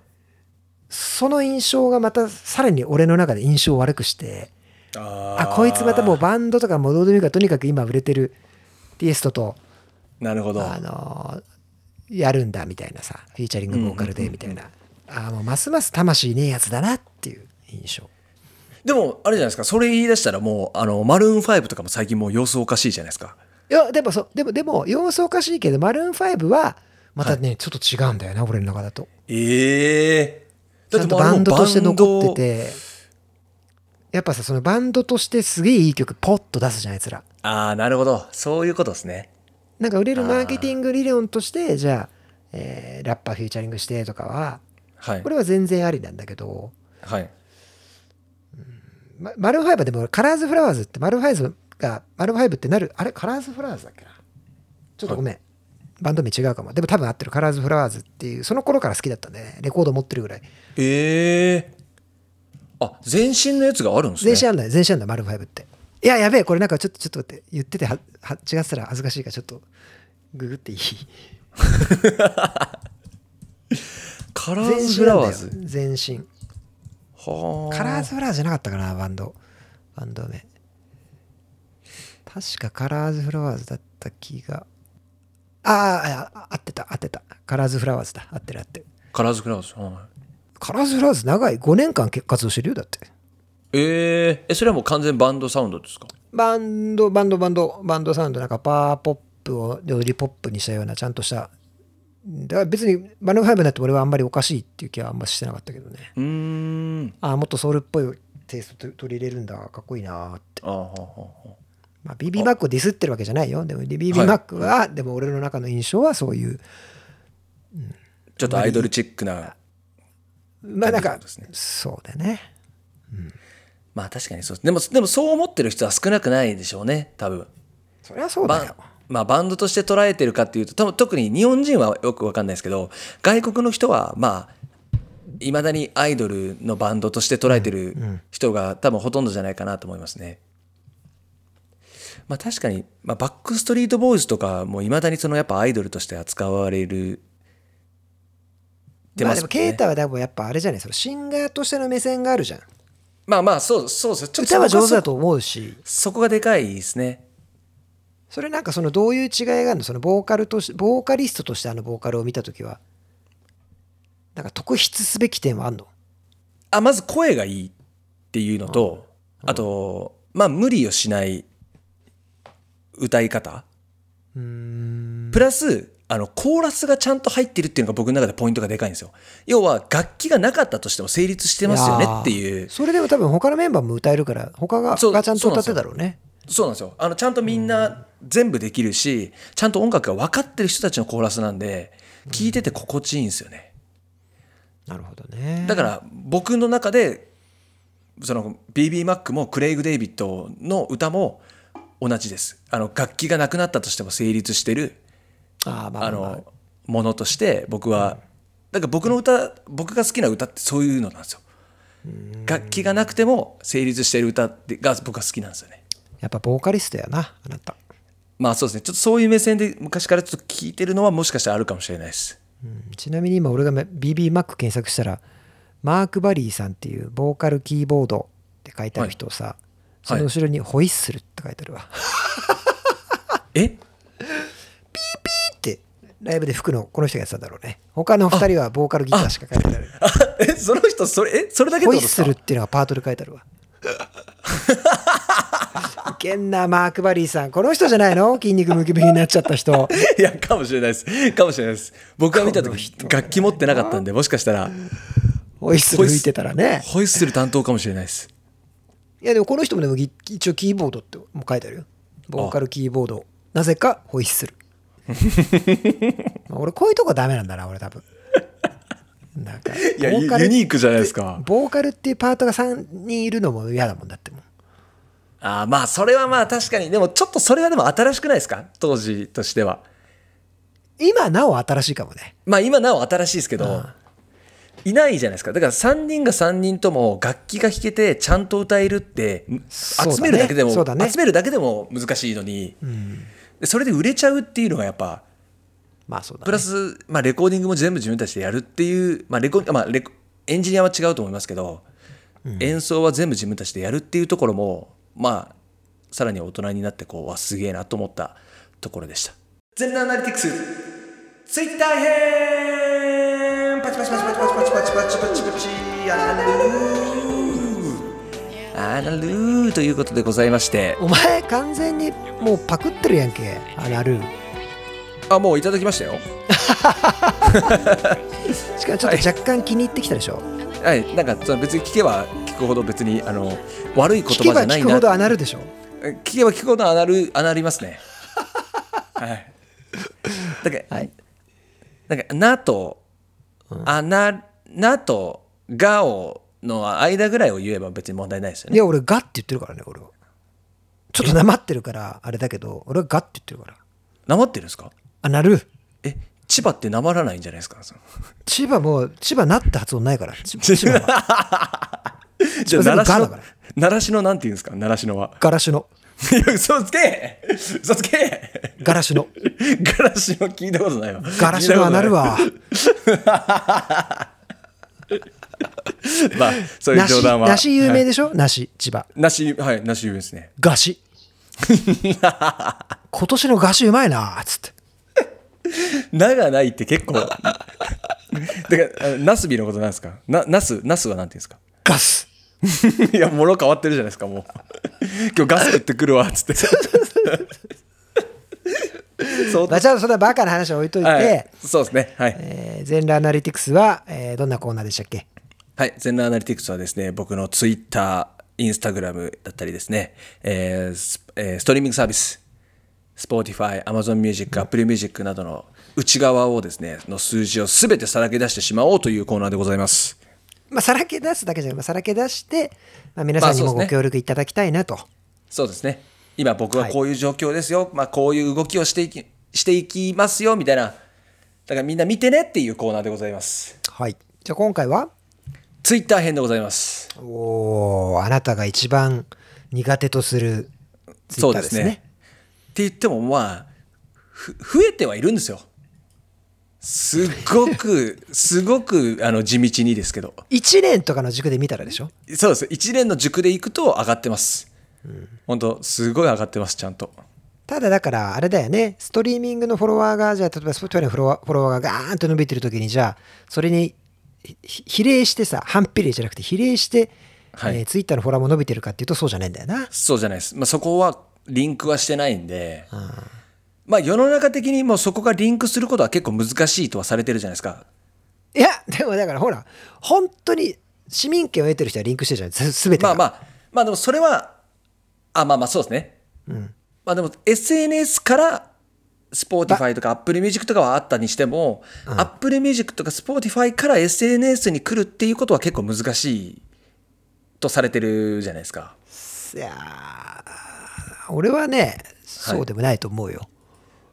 Speaker 2: その印象がまたさらに俺の中で印象を悪くして
Speaker 1: あ
Speaker 2: あこいつまたもうバンドとかもどうでもいいからとにかく今売れてるティエストと、
Speaker 1: うなるほど
Speaker 2: あのーやるんだみたいなさフィーチャリングボーカルでみたいな、あーもうますます魂ねえやつだなっていう印象
Speaker 1: でもあれじゃないですかそれ言い出したらもうあのマルーン5とかも最近もう様子おかしいじゃないですか
Speaker 2: いやでもそうでもでも様子おかしいけどマルーン5はまたね、ちょっと違うんだよな俺の中だと
Speaker 1: ええ
Speaker 2: ちゃんとバンドとして残っててやっぱさそのバンドとしてすげえいい曲ポッと出すじゃんあいつら
Speaker 1: ああなるほどそういうことですね
Speaker 2: なんか売れるマーケティング理論としてじゃあ、えーラッパーフューチャリングしてとかは
Speaker 1: はい
Speaker 2: これは全然ありなんだけど、
Speaker 1: はい
Speaker 2: ま、マルーンファイブはでもカラーズフラワーズってマルーンファイブがマルーンファイブってなるあれカラーズフラワーズだっけなちょっとごめん、バンド名違うかもでも多分合ってるカラーズフラワーズっていうその頃から好きだったんだよねレコード持ってるぐらい
Speaker 1: ええあ全身のやつがあるんですね
Speaker 2: 全身あんだよ全身あんだマルーンファイブっていややべえこれなんかちょっとちょっと待って言っててはは違ってたら恥ずかしいからちょっとググっていい
Speaker 1: カラ
Speaker 2: 全
Speaker 1: ーズ
Speaker 2: 身
Speaker 1: フラ
Speaker 2: なんだ
Speaker 1: ワー
Speaker 2: よ
Speaker 1: ズ
Speaker 2: 全身
Speaker 1: はあ
Speaker 2: カラーズフラワーじゃなかったかなバンドバンド名確かカラーズフラワーズだった気があーああ合ってた合ってたカラーズフラワーズだ合ってる合ってる
Speaker 1: カラーズクラウス、はい
Speaker 2: カラーズフラワーズ長い5年間け活動してるよだって
Speaker 1: えー、えそれはもう完全バンドサウンドですか
Speaker 2: バンドバンドバンドバンドサウンドなんかパワーポップをよりポップにしたようなちゃんとしただから別にマルファイブだって俺はあんまりおかしいっていう気はあんましてなかったけどね
Speaker 1: うーん
Speaker 2: ああもっとソウルっぽいテイスト取り入れるんだかっこいいなーって
Speaker 1: あーはーはーはー
Speaker 2: まあ、BB マックをディスってるわけじゃないよ。でも BB マックは、でも俺の中の印象はそういう、
Speaker 1: ちょっとアイドルチックな
Speaker 2: まあなん
Speaker 1: そう
Speaker 2: か
Speaker 1: です、
Speaker 2: そうだね。
Speaker 1: まあ確かにそうですでもでもそう思ってる人は少なくないでしょうね多分
Speaker 2: そりゃそう
Speaker 1: バ
Speaker 2: だ
Speaker 1: ン
Speaker 2: よ。
Speaker 1: まあ、バンドとして捉えてるかっていうと多分特に日本人はよく分かんないですけど外国の人はまあいまだにアイドルのバンドとして捉えてる人が多分ほとんどじゃないかなと思いますね。まあ、確かに、まあ、バックストリートボーイズとかもいまだにそのやっぱアイドルとして扱われるって
Speaker 2: ま
Speaker 1: ま
Speaker 2: あ
Speaker 1: す
Speaker 2: で
Speaker 1: もんね
Speaker 2: も、ケイタは多分やっぱあれじゃない、そのシンガーとしての目線があるじゃん。
Speaker 1: まあまあそうそうですちょっと
Speaker 2: 歌は上手だ
Speaker 1: と
Speaker 2: と思うし、
Speaker 1: そこがでかいですね。
Speaker 2: それなんかそのどういう違いがあるのそのボーカルとし、ボーカリストとしてあのボーカルを見たときは、なんか特筆すべき点はあんの
Speaker 1: あまず声がいいっていうのと、あとまあ無理をしない歌い方
Speaker 2: うーん。
Speaker 1: プラスあのコーラスがちゃんと入ってるっていうのが僕の中でポイントがでかいんですよ要は楽器がなかったとしても成立してますよねっていう
Speaker 2: それでも多分他のメンバーも歌えるから、他が、
Speaker 1: そう
Speaker 2: がちゃんと歌ってたろうね。
Speaker 1: そうなんですよあのちゃんとみんな全部できるしちゃんと音楽が分かってる人たちのコーラスなんで聴いてて心地いいんですよね、
Speaker 2: なるほどね。
Speaker 1: だから僕の中でその BB マックもクレイグ・デイビッドの歌も同じですあの楽器がなくなったとしても成立してる
Speaker 2: あーまあま
Speaker 1: あ
Speaker 2: あまあ
Speaker 1: のものとして僕はだから僕の歌僕が好きな歌ってそういうのなんですよ楽器がなくても成立してる歌ってが僕は好きなんですよね
Speaker 2: やっぱボーカリストやな、あなた。
Speaker 1: まあそうですねちょっとそういう目線で昔からちょっと聞いてるのはもしかしたらあるかもしれないです
Speaker 2: うんちなみに今俺が BB マック検索したらマーク・バリーさんっていうボーカルキーボードって書いてある人をさ、その後ろに「ホイッスル」って書いてあるわ、
Speaker 1: え
Speaker 2: ってライブで吹くのこの人がやってたんだろうね他の2人はボーカルギターしか書いてない
Speaker 1: あえその人それえそれだけって
Speaker 2: ホイ
Speaker 1: こと
Speaker 2: ッ
Speaker 1: です
Speaker 2: ス
Speaker 1: か
Speaker 2: ルっていうのがパートで書いてあるわ いけんなマーク・バリーさんこの人じゃないの筋肉ムキムキになっちゃった人
Speaker 1: いや、かもしれないです。かもしれないです。僕が見たとき、楽器持ってなかったんで、もしかしたら、
Speaker 2: ホイッスル吹いてたらね
Speaker 1: ホイッスル担当かもしれないです。
Speaker 2: いやでもこの人もでもぎ一応キーボードってもう書いてあるよ。ボーカルキーボード。なぜかホイッス ル。まあ俺こういうとこダメなんだな俺多分。なんか
Speaker 1: いや、
Speaker 2: ボ
Speaker 1: ユ
Speaker 2: ーカル
Speaker 1: ユニークじゃないですか。
Speaker 2: ボーカルっていうパートが3人いるのも嫌だもんだってもう
Speaker 1: あーまあ、それはまあ確かに、でもちょっとそれはでも新しくないですか当時としては。
Speaker 2: 今なお新しいかもね。
Speaker 1: まあ今なお新しいですけど、いないじゃないですか。だから3人が3人とも楽器が弾けてちゃんと歌えるって、
Speaker 2: そうだね
Speaker 1: 集めるだけでも、
Speaker 2: そうだね
Speaker 1: 集めるだけでも難しいのに、でそれで売れちゃうっていうのがやっぱ、
Speaker 2: まあそうだ、ね。
Speaker 1: プラス、まあ、レコーディングも全部自分たちでやるっていう、まあレコまあ、レコエンジニアは違うと思いますけど、演奏は全部自分たちでやるっていうところも、まあ、さらに大人になってこうわすげえなと思ったところでした。ゼンダーアナリティクスツイッター編パチパチパチパチパチパチパチパチパチパチアナルーアナルーということでございまして
Speaker 2: お前完全にもうパクってるやんけ。あなる。
Speaker 1: あもういただきましたよ
Speaker 2: しかもちょっと若干気に入ってきたでしょ。
Speaker 1: はい、なんかその別に聞けば聞くほど別にあの悪い言葉
Speaker 2: 聞
Speaker 1: じ
Speaker 2: けば
Speaker 1: ゃな
Speaker 2: 聞
Speaker 1: い
Speaker 2: く
Speaker 1: な
Speaker 2: ほどあなるでしょ。
Speaker 1: 聞けば聞くほどあなるあなりますね はいだから、
Speaker 2: はい
Speaker 1: なんか「な」と「あな」なと「が」をの間ぐらいを言えば別に問題ないですよ
Speaker 2: い
Speaker 1: ね
Speaker 2: や俺ガって言ってるからね俺は。ちょっとなまってるからあれだけど俺はガって言ってるから。
Speaker 1: なまってるんですか
Speaker 2: あなる
Speaker 1: え千葉ってなまらないんじゃないですかその
Speaker 2: 千葉もう千葉なって発音ないから千千葉は
Speaker 1: じゃあ
Speaker 2: 全
Speaker 1: 習志
Speaker 2: 部がだ
Speaker 1: 野
Speaker 2: から
Speaker 1: 習志野なんて言うんですか習志野は
Speaker 2: ガラシの
Speaker 1: いや嘘つけ嘘つけ
Speaker 2: ガラシの
Speaker 1: ガラシの聞いたことないわ。
Speaker 2: ガラシのはなるわ
Speaker 1: 聞いたことない。まあ、そういう冗
Speaker 2: 梨
Speaker 1: 談は。
Speaker 2: 梨有名
Speaker 1: で。
Speaker 2: でしょ梨千葉
Speaker 1: 梨、はい、梨有名ですね。
Speaker 2: ガシ今年のガシうまいなつって
Speaker 1: ながないって結構。 だから、あナスビのことなんですかな、ナス、ナスはなんていうんですか
Speaker 2: ガス
Speaker 1: いや、もの変わってるじゃないですか、もう。 今日ガス食ってくるわ、っつ って。そう
Speaker 2: まあちょっとそんなバカな話は置いといて、
Speaker 1: はい、そうですね。はい。
Speaker 2: えー全裸アナリティクスは、えーどんなコーナーでしたっけ
Speaker 1: はい、全裸アナリティクスはですね、僕のツイッター、インスタグラムだったりですね、えースえーストリーミングサービス、Spotify、Amazon Music、Apple Music などの内側をですね、の数字をすべてさらけ出してしまおうというコーナーでございます。
Speaker 2: まあ、さらけ出すだけじゃなく、まあ、さらけ出して、まあ、皆さんに
Speaker 1: まあ
Speaker 2: も
Speaker 1: そうで
Speaker 2: ご
Speaker 1: すね
Speaker 2: 協力いただきたいなと。
Speaker 1: そうですね。今僕はこういう状況ですよ。まあこういう動きをしていき、していきますよ、みたいな。だからみんな見てねっていうコーナーでございます。
Speaker 2: はい。じゃあ今回は、
Speaker 1: Twitter 編でございます。
Speaker 2: おーあなたが一番苦手とするツイ
Speaker 1: そ
Speaker 2: ッ
Speaker 1: う
Speaker 2: ター
Speaker 1: で
Speaker 2: ですす
Speaker 1: ね。
Speaker 2: ね。
Speaker 1: って言ってもまあふ増えてはいるんですよ。すっご くすごくあの地道にですけど
Speaker 2: 1年とかの塾で見たらでしょ
Speaker 1: そうです1年の塾で行くと上がってます。本当すごい上がってますちゃんと。
Speaker 2: ただだからあれだよねストリーミングのフォロワーがじゃあ例えば Spotify のフォロワーフォロワーがガーンと伸びてる時にじゃあそれにひひ比例してさ反比例じゃなくて比例して、
Speaker 1: はい
Speaker 2: えー、Twitter のフォロワーも伸びてるかっていうとそうじゃないんだよな。
Speaker 1: そうじゃないです。まあ、そこはリンクはしてないんで、まあ世の中的にもうそこがリンクすることは結構難しいとはされてるじゃないですか。
Speaker 2: いやでもだからほら本当に市民権を得てる人はリンクしてるじゃないす全て
Speaker 1: まあ
Speaker 2: が、
Speaker 1: まあまあでもそれはあまあまあそうですね、まあでも SNS から Spotify とか Apple Music とかはあったにしても、Apple Music とか Spotify から SNS に来るっていうことは結構難しいとされてるじゃないですか
Speaker 2: いやー俺はねそうでもないと思うよ。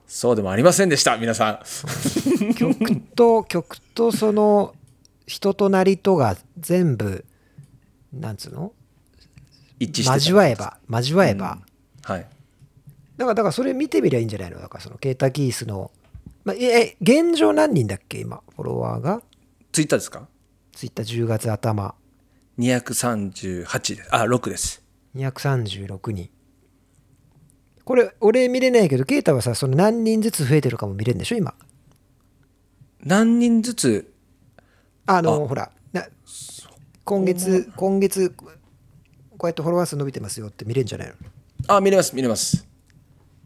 Speaker 1: そうでもありませんでした皆さん
Speaker 2: 曲 と曲とその人となりとが全部なんつうの
Speaker 1: 一致してた
Speaker 2: 交わえば交わえば、
Speaker 1: はい
Speaker 2: だからだからそれ見てみりゃいいんじゃないのだからそのケータキースの、まあ、ええ現状何人だっけ今フォロワーが
Speaker 1: Twitter ですか
Speaker 2: ツイッター10月頭
Speaker 1: 238ですあ6です
Speaker 2: 236人これ俺見れないけどケータはさその何人ずつ増えてるかも見れるんでしょ今
Speaker 1: 何人ずつ
Speaker 2: あのほらな今月今月こうやってフォロワー数伸びてますよって見れるんじゃないの
Speaker 1: あ見れます見れます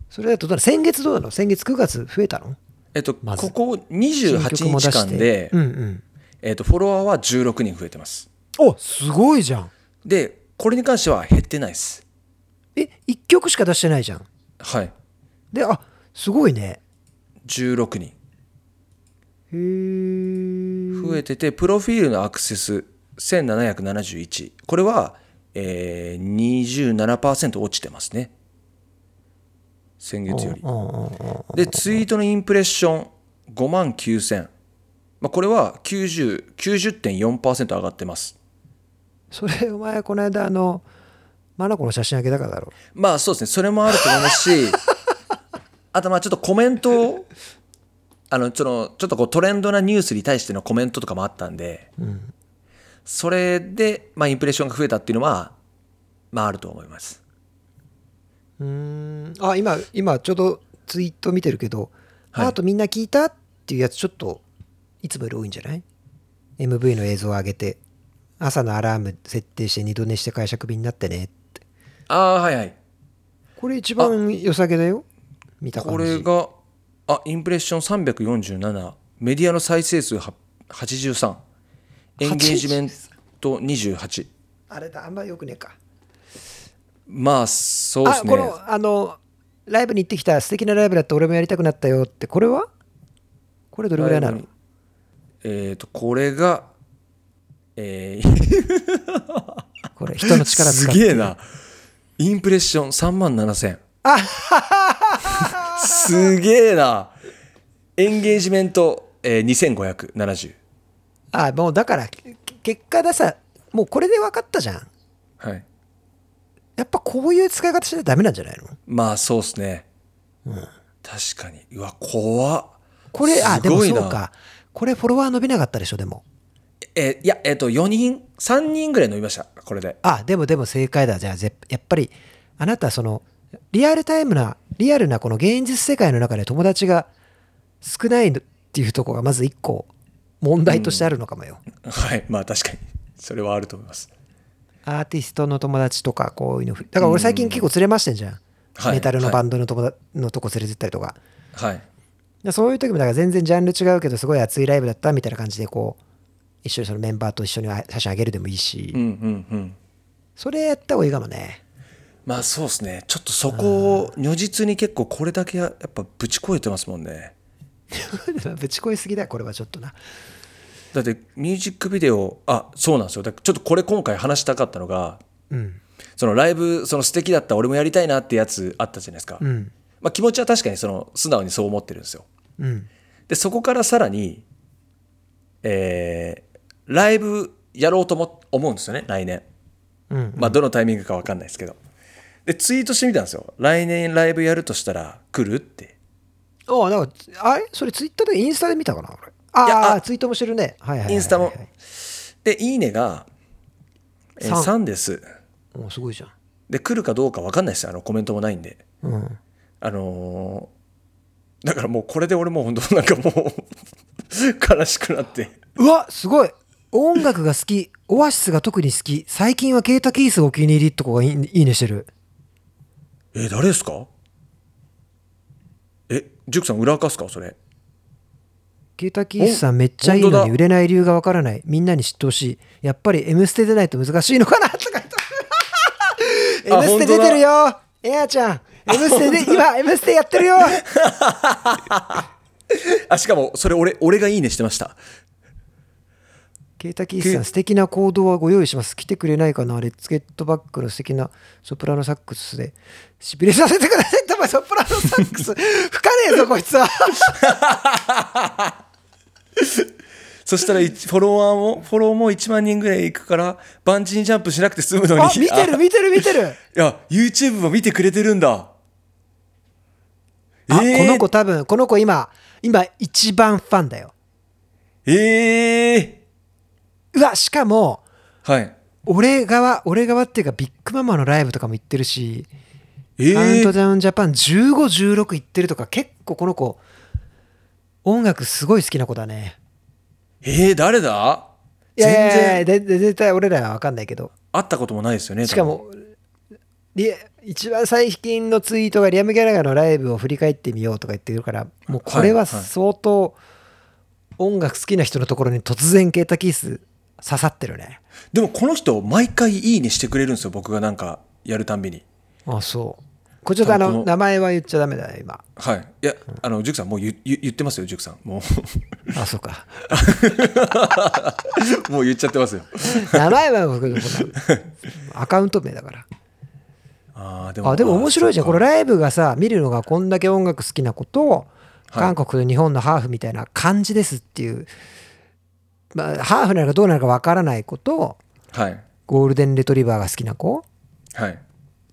Speaker 2: それだとどうなの先月どうなの先月9月増えたの
Speaker 1: えっと、
Speaker 2: まず
Speaker 1: ここ
Speaker 2: 新
Speaker 1: 28
Speaker 2: 曲も出
Speaker 1: 日
Speaker 2: して
Speaker 1: 間で、
Speaker 2: うんうん
Speaker 1: えっと、フォロワーは16人増えてます。
Speaker 2: おすごいじゃん
Speaker 1: で、これに関しては減ってないです。
Speaker 2: え一1曲しか出してないじゃん
Speaker 1: はい。
Speaker 2: であすごいね
Speaker 1: 16人。
Speaker 2: へえ
Speaker 1: 増えてて、プロフィールのアクセス1771。これは、えー、27%落ちてますね。先月より。で、ツイートのインプレッション5万9000。まあ、これは90 90.4%上がってます。
Speaker 2: それお前この間あのマナコの写真あげたからだろ
Speaker 1: まあそうですね、それもあると思いますし、 あとまあちょっとコメントを、あの、その、ちょっとこうトレンドなニュースに対してのコメントとかもあったんで、それで、まあインプレッションが増えたっていうのは、まああると思います。
Speaker 2: うーんあ今今ちょうどツイート見てるけど「
Speaker 1: はい
Speaker 2: あとみんな聞いた?」っていうやつちょっといつもより多いんじゃない ?MV の映像を上げて朝のアラーム設定して二度寝して会社クビになってねって
Speaker 1: ああ、はいはい。
Speaker 2: これ一番良さげだよ見た感
Speaker 1: こ
Speaker 2: じ
Speaker 1: れが、あ、インプレッション347、メディアの再生数は83、エンゲージメント28。
Speaker 2: あれだあんまよくねえか
Speaker 1: まあそうです
Speaker 2: あ
Speaker 1: ね。
Speaker 2: このあのライブに行ってきた素敵なライブだって俺もやりたくなったよってこれはこれどれぐらいな
Speaker 1: ライ
Speaker 2: の
Speaker 1: ブえっ、と、これが、えー、
Speaker 2: これ人の力
Speaker 1: す
Speaker 2: 使って
Speaker 1: げえな。インプレッション3万7千。 すげえな。エンゲージメント、えー、2570。
Speaker 2: あもうだからけ結果ださもうこれで分かったじゃん
Speaker 1: はい。
Speaker 2: やっぱこういう使い方しないとダメなんじゃないの
Speaker 1: まあ、そうっすね。確かに。うわ、怖っ。
Speaker 2: これあ
Speaker 1: す
Speaker 2: でも
Speaker 1: ご
Speaker 2: そ
Speaker 1: いな
Speaker 2: うかこれフォロワー伸びなかったでしょでも
Speaker 1: えーいや、えっ、と、4人、3人ぐらい伸びました。これで。
Speaker 2: あでもでも正解だじゃあぜやっぱりあなたそのリアルタイムなリアルなこの現実世界の中で友達が少ないっていうところがまず一個問題としてあるのかもよ、
Speaker 1: はい。まあ、確かに。それはあると思います。
Speaker 2: アーティストの友達とかこういうのだから俺最近結構連れましてんじゃん、
Speaker 1: はい
Speaker 2: メタルのバンドの友達のとこ連れてったりとか、
Speaker 1: はい。
Speaker 2: でそういう時もだから全然ジャンル違うけどすごい熱いライブだったみたいな感じでこう一緒にそのメンバーと一緒に写真あげるでもいいし、
Speaker 1: うんうんうん。
Speaker 2: それやった方がいいかもね。
Speaker 1: まあそうですねちょっとそこを如実に結構これだけややっぱぶち越えてますもんね
Speaker 2: ぶちこいすぎだ、これはちょっとな。
Speaker 1: だってミュージックビデオあそうなんですよだからちょっとこれ今回話したかったのが
Speaker 2: うん。
Speaker 1: そのライブその素敵だった俺もやりたいなってやつあったじゃないですか、
Speaker 2: うん。
Speaker 1: まあ、気持ちは確かにその素直にそう思ってるんですよ
Speaker 2: うん。
Speaker 1: でそこからさらにえーライブやろうとも思うんですよね来年
Speaker 2: うん。
Speaker 1: まあどのタイミングか分かんないですけどでツイートしてみたんですよ来年ライブやるとしたら来るって
Speaker 2: ああ、なんか、あれそれツイッターで、インスタで見たかな俺
Speaker 1: いや
Speaker 2: あ
Speaker 1: あ
Speaker 2: あ、ツイートもしてるね。はいはいはいはい。
Speaker 1: インスタもで「いいねが」えー
Speaker 2: さ
Speaker 1: 3です
Speaker 2: もうすごいじゃん。
Speaker 1: で来るかどうか分かんないですよあのコメントもないんで
Speaker 2: うん。
Speaker 1: あのーだからもうこれで俺もう本当なんかもう悲しくなって
Speaker 2: うわ、すごい音楽が好き、オアシスが特に好き、最近はケイタ・キースがお気に入りって子がいいいいねしてる。
Speaker 1: え誰ですかえ塾さん裏垢っすかそれ
Speaker 2: ケイタ・キースさんめっちゃいい
Speaker 1: ほんと
Speaker 2: の
Speaker 1: だ
Speaker 2: に売れない理由がわからない。みんなに知ってほしい。やっぱり M ステ出ないと難しいのかな とか言っ
Speaker 1: あ
Speaker 2: た。M ステ出てるよエアちゃん !M ステで、今 M ステやってるよ
Speaker 1: あしかもそれ俺俺がいいねしてました
Speaker 2: ケイタキースさん、素敵な行動はご用意します。来てくれないかなレッツゲットバックの素敵なソプラノサックスで、しびれさせてください。多分ソプラノサック ス、吹かねえぞ、こいつは。
Speaker 1: そしたら一フォロワーもフォローも1万人ぐらいいくからバンジージャンプしなくて済むのに
Speaker 2: あ、見てる、
Speaker 1: あい
Speaker 2: 見てる、見てる。
Speaker 1: や YouTube も見てくれてるんだ
Speaker 2: あ、
Speaker 1: えー
Speaker 2: この子多分、この子今、今一番ファンだよ。
Speaker 1: ええ
Speaker 2: うわ、しかも、
Speaker 1: はい
Speaker 2: 俺側、俺側っていうか、ビッグママのライブとかも行ってるし、
Speaker 1: ええ
Speaker 2: カウントダウンジャパン15、16行ってるとか、結構この子、音楽すごい好きな子だね。
Speaker 1: えー、誰だ
Speaker 2: いやいやい
Speaker 1: 全然
Speaker 2: やでで絶対俺らは分かんないけど。
Speaker 1: 会ったこともないですよね
Speaker 2: しかも、リ一番最近のツイートがリアム・ギャラガーのライブを振り返ってみようとか言ってるから、もうこれは
Speaker 1: はいはい
Speaker 2: 相当音楽好きな人のところに突然ケータキース刺さってるね。
Speaker 1: でもこの人毎回いいねしてくれるんですよ僕がなんかやるたんびに
Speaker 2: あ、そう。これちょっとあ
Speaker 1: 多分こ
Speaker 2: の、
Speaker 1: の
Speaker 2: 名前は言っちゃダメだよ、今。
Speaker 1: はいいやあの塾さんもう言言言ってますよ塾さんも
Speaker 2: あ、そうか。
Speaker 1: う もう言っちゃってますよ
Speaker 2: 名前は僕、アカウント名だから。
Speaker 1: あーで
Speaker 2: あでも面白いじゃんこれ
Speaker 1: れ
Speaker 2: ライブがさ見るのがこんだけ音楽好きなことを韓国と日本のハーフみたいな感じですっていう、まあ、ハーフなのかどうなのかわからないことを
Speaker 1: はい
Speaker 2: ゴールデンレトリバーが好きな子
Speaker 1: はい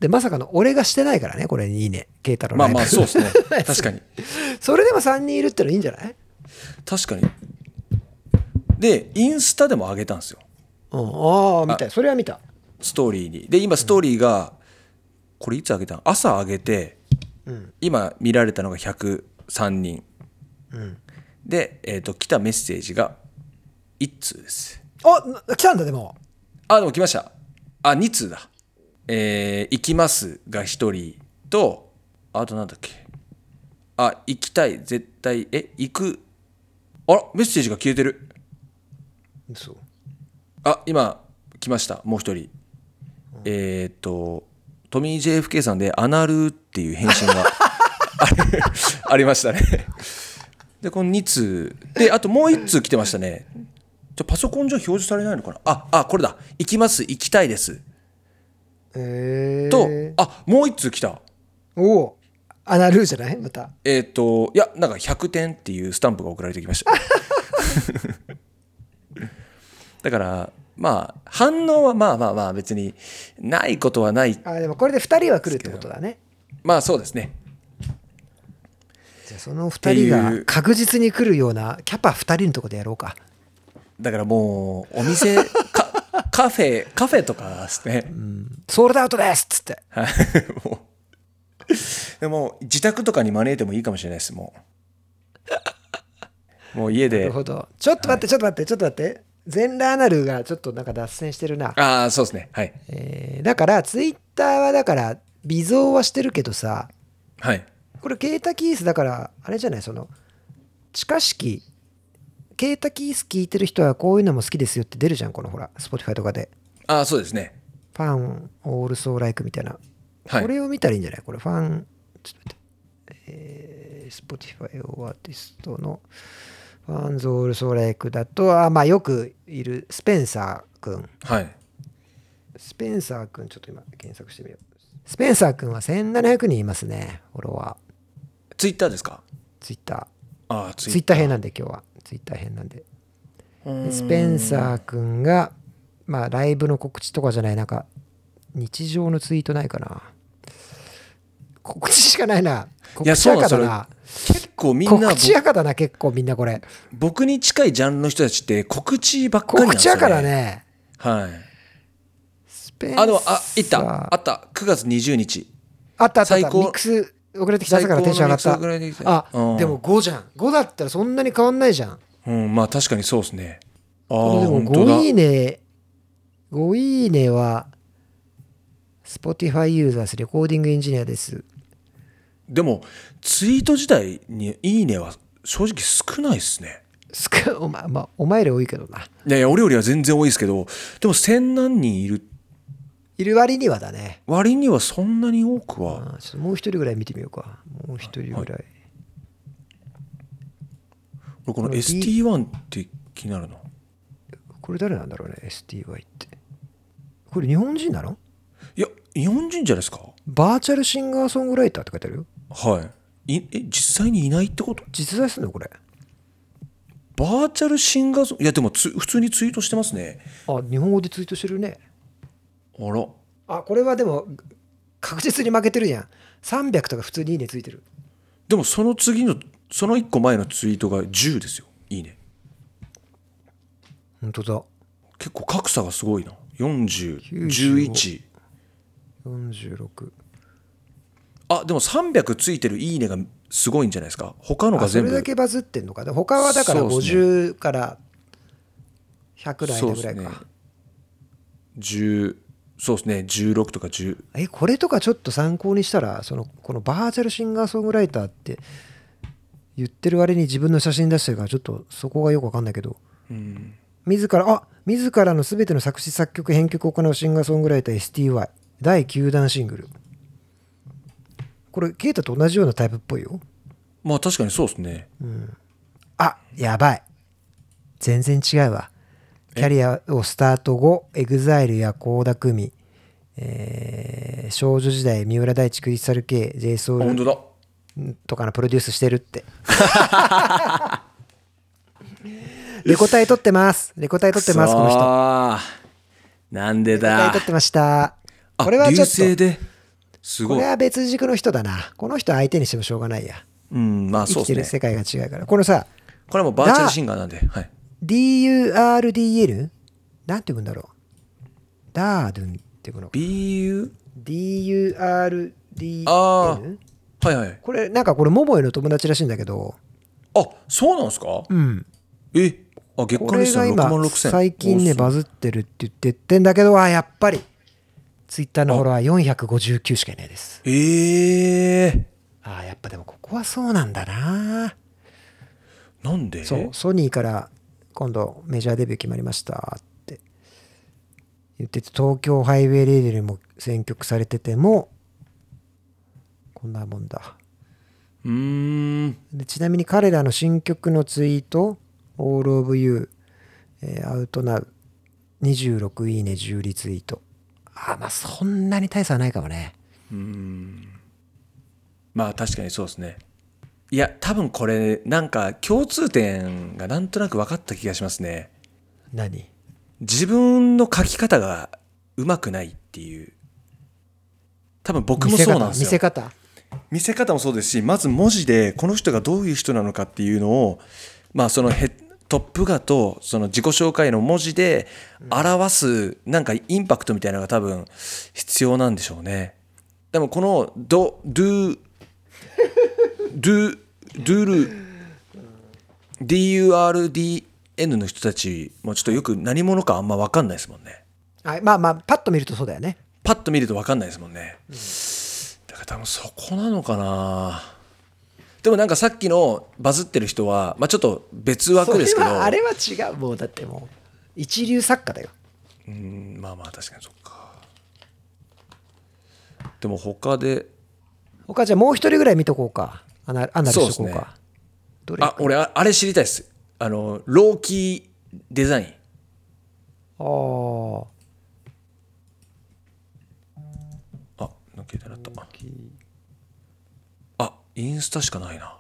Speaker 2: でまさかの俺がしてないからねこれいいね慶太郎
Speaker 1: まあ
Speaker 2: ライブ
Speaker 1: まあそうですね確かに
Speaker 2: それでも3人いるってのいいんじゃない
Speaker 1: 確かにでインスタでも上げたんですよ
Speaker 2: うんああ見たそれは見た
Speaker 1: ストーリーにで今ストーリーが、これいつ上げたの朝上げて
Speaker 2: うん
Speaker 1: 今見られたのが103人
Speaker 2: うん
Speaker 1: で、えー、と来たメッセージが1通です
Speaker 2: あな来たんだでも
Speaker 1: あでも来ましたあ2通だえー行きます」が1人とあとなんだっけあ行きたい絶対え行くあらメッセージが消えてる
Speaker 2: そう
Speaker 1: あ今来ましたもう1人えーっ、とトミー JFK さんで「アナル」っていう返信があれありましたねでこの2通であともう1通来てましたねじゃパソコン上表示されないのかなああこれだ「行きます行きたいです」
Speaker 2: え
Speaker 1: と
Speaker 2: ー、
Speaker 1: あもう1通来た
Speaker 2: おおアナルーじゃないまた
Speaker 1: えーっ、といやなんか100点っていうスタンプが送られてきま しただからまあ反応はまあまあまあ別にないことはない
Speaker 2: あでもこれで2人は来るってことだね
Speaker 1: まあそうですね
Speaker 2: じゃあその二人
Speaker 1: ってい
Speaker 2: が
Speaker 1: う
Speaker 2: 確実に来るようなキャパ二人のとこでやろうか
Speaker 1: だからもうお店 かカフェカフェとかですね、
Speaker 2: ソールドアウトですっつって
Speaker 1: はいもうでも自宅とかに招いてもいいかもしれないですも うもう家
Speaker 2: な
Speaker 1: で
Speaker 2: るほどちょっと待ってちょっと待ってちょっと待って全裸アナルがちょっとなんか脱線してるな、
Speaker 1: ああそうですねはい
Speaker 2: えーだからツイッターはだから微増はしてるけどさ
Speaker 1: はい
Speaker 2: これケータキースだからあれじゃないその地下式ケータキース聞いてる人はこういうのも好きですよって出るじゃんこのほら Spotify とかで
Speaker 1: ああそうですね
Speaker 2: ファン、オールソーライクみたいな。
Speaker 1: はい
Speaker 2: これを見たらいいんじゃないこれ、ファン、ちょっと待って。えー、Spotify オアーティストの、ファンズオールソーライクだと、あ、まあよくいる、スペンサーくん。
Speaker 1: はい。
Speaker 2: スペンサーくん、ちょっと今検索してみよう。スペンサーくんは1700人いますね、フォロワー。
Speaker 1: ツイッターですか
Speaker 2: ツイッタ
Speaker 1: ああ、
Speaker 2: ー。ツイッター編なんで今日は。ツイッター編なんで。でスペンサーくんが、まあ、ライブの告知とかじゃない、なんか、日常のツイートないかな。告知しかないな。告
Speaker 1: や
Speaker 2: 知
Speaker 1: そう
Speaker 2: 赤
Speaker 1: なの
Speaker 2: だな。
Speaker 1: 結構みんな
Speaker 2: 告知赤だな、結構みんなこれ。
Speaker 1: 僕に近いジャンルの人たちって告知ばっかりなん
Speaker 2: 告
Speaker 1: です
Speaker 2: 知
Speaker 1: よ、ね。
Speaker 2: 赤だ。ね。
Speaker 1: はい。
Speaker 2: スペンサー。
Speaker 1: あ、でも、あ、いった。あ
Speaker 2: あ
Speaker 1: った。9月20日。
Speaker 2: あったあったあっ
Speaker 1: 最
Speaker 2: た。
Speaker 1: 高
Speaker 2: ミックス遅れてきた朝からテンション上がっ
Speaker 1: 最
Speaker 2: た
Speaker 1: 高のミックス遅れてき。た
Speaker 2: あ、
Speaker 1: うん
Speaker 2: でも5じゃん。5だったらそんなに変わんないじゃん。
Speaker 1: うん、まあ確かにそうですね。ああ、
Speaker 2: これでも
Speaker 1: 本当だ
Speaker 2: 5。いいね、5いいねは、Spotify ユーザーです。レコーディングエンジニアです。
Speaker 1: でも、ツイート自体にいいねは正直少ないですね。
Speaker 2: すくお前、まあ、お前ら多いけどな。
Speaker 1: いやいや、俺よりは全然多いですけど、でも千何人いる
Speaker 2: いる割にはだね。
Speaker 1: 割にはそんなに多くは。
Speaker 2: あちょっともう一人ぐらい見てみようか。もう一人ぐらい。
Speaker 1: 俺この
Speaker 2: この
Speaker 1: ST1 って気になるな。
Speaker 2: これ誰なんだろうね、STY って。これ日本人なの
Speaker 1: いや、日本人じゃないですか
Speaker 2: バーチャルシンガーソングライターって書いてあるよ。
Speaker 1: はい。いえ、実際にいないってこと
Speaker 2: 実在するのこれ。
Speaker 1: バーチャルシンガーソンいや、でもつ普通にツイートしてますね。
Speaker 2: あ、日本語でツイートしてるね。
Speaker 1: あら。
Speaker 2: あ、これはでも、確実に負けてるじゃん。300とか普通にいいねついてる。
Speaker 1: でもその次の、その1個前のツイートが10ですよ。いいね。
Speaker 2: 本当だ。
Speaker 1: 結構格差がすごいな。40、11。
Speaker 2: 46。
Speaker 1: あ、でも300ついてるいいねがすごいんじゃないですか。他のが
Speaker 2: あそ
Speaker 1: 全
Speaker 2: れだ
Speaker 1: 部。
Speaker 2: けバズってんのか。で他はだから
Speaker 1: そうっすね
Speaker 2: 50から100台
Speaker 1: そう
Speaker 2: の
Speaker 1: で
Speaker 2: ぐ
Speaker 1: す
Speaker 2: らい
Speaker 1: ね
Speaker 2: か。。
Speaker 1: 10、そうですね。16とか10。
Speaker 2: えこれとかちょっと参考にしたらそのこのバーチャルシンガーソングライターって言ってる割に自分の写真出してるからちょっとそこがよくわかんないけど
Speaker 1: うん。
Speaker 2: 自らあ自らの全ての作詞作曲編曲を行うシンガーソングライター STY 第9弾シングルこれケイタと同じようなタイプっぽいよ
Speaker 1: まあ確かにそうですね。
Speaker 2: あやばい全然違うわキャリアをスタート後エグザイルや倖田來未えー少女時代三浦大知クリスタル K
Speaker 1: あ
Speaker 2: JSOUL
Speaker 1: 本当だ。
Speaker 2: とかのプロデュースして るって。レコ大取ってます。レコ大取ってます、この人。レコ
Speaker 1: 人。なんで
Speaker 2: 大
Speaker 1: だ
Speaker 2: 取っ。てました。
Speaker 1: あ
Speaker 2: これはちょ
Speaker 1: 流
Speaker 2: っ
Speaker 1: 星
Speaker 2: と、
Speaker 1: です
Speaker 2: こ
Speaker 1: ごい
Speaker 2: れ。は別軸の人だな。この人相手にしてもしょうがないや。
Speaker 1: うん、まあそ
Speaker 2: 生
Speaker 1: う
Speaker 2: きて
Speaker 1: で
Speaker 2: る
Speaker 1: すね。
Speaker 2: 世界が違うから。このさ、
Speaker 1: これはもうバーチャルシンガーなんで。はい。
Speaker 2: DURDL? なんて言うんだろう。ダードゥンって言うの。
Speaker 1: BU?
Speaker 2: DURDL?
Speaker 1: ああ。はいはい。
Speaker 2: これ、なんかこれ、桃井の友達らしいんだけど、
Speaker 1: あ、そうなんですか
Speaker 2: うん。
Speaker 1: えあ、月
Speaker 2: こ
Speaker 1: 間レッ
Speaker 2: れ
Speaker 1: スン
Speaker 2: が
Speaker 1: 6万
Speaker 2: 今
Speaker 1: 6000。
Speaker 2: 最近ね
Speaker 1: お
Speaker 2: バズってるって言ってってんだけどあやっぱりツイッターのフォロワー459しかいないです
Speaker 1: ええ
Speaker 2: あやっぱでもここはそうなんだな
Speaker 1: ー。なんで
Speaker 2: そうソニーから今度メジャーデビュー決まりましたって言ってて東京ハイウェイレーデルにも選曲されててもこんなもんだ
Speaker 1: うーん。
Speaker 2: でちなみに彼らの新曲のツイート「All of You」えー「Out Now」26いいね10リツイートあーまあそんなに大差はないかもね
Speaker 1: まあ確かにそうですね。いや、多分これ、なんか共通点がなんとなく分かった気がしますね。
Speaker 2: 何
Speaker 1: 自分の書き方がうまくないっていう。多分僕もそうなんですよ。
Speaker 2: 見せ方見せ方
Speaker 1: 見せ方もそうですしまず文字でこの人がどういう人なのかっていうのを、まあ、そのヘトップ画とその自己紹介の文字で表すなんかインパクトみたいなのが多分必要なんでしょうね。でもこのド「ドゥ」「ドゥ」「ドゥル」DURDN の人たちもちょっとよく何者かあんま分かんないですもんね。
Speaker 2: あまあまあパッと見るとそうだよね
Speaker 1: パッと見ると分かんないですもんね、だから多分そこなのかなでもなんかさっきのバズってる人は、まあ、ちょっと別枠ですけど
Speaker 2: それはあれは違うもうだってもう一流作家だよ
Speaker 1: うんまあまあ確かにそっかでも他で
Speaker 2: 他じゃあもう一人ぐらい見とこうか。アナアナルしとこう
Speaker 1: そうっす
Speaker 2: か。どれ
Speaker 1: あ俺ああれ知りたいっすあのローキーデザイン
Speaker 2: あー
Speaker 1: あ抜けてなったあインスタしかないな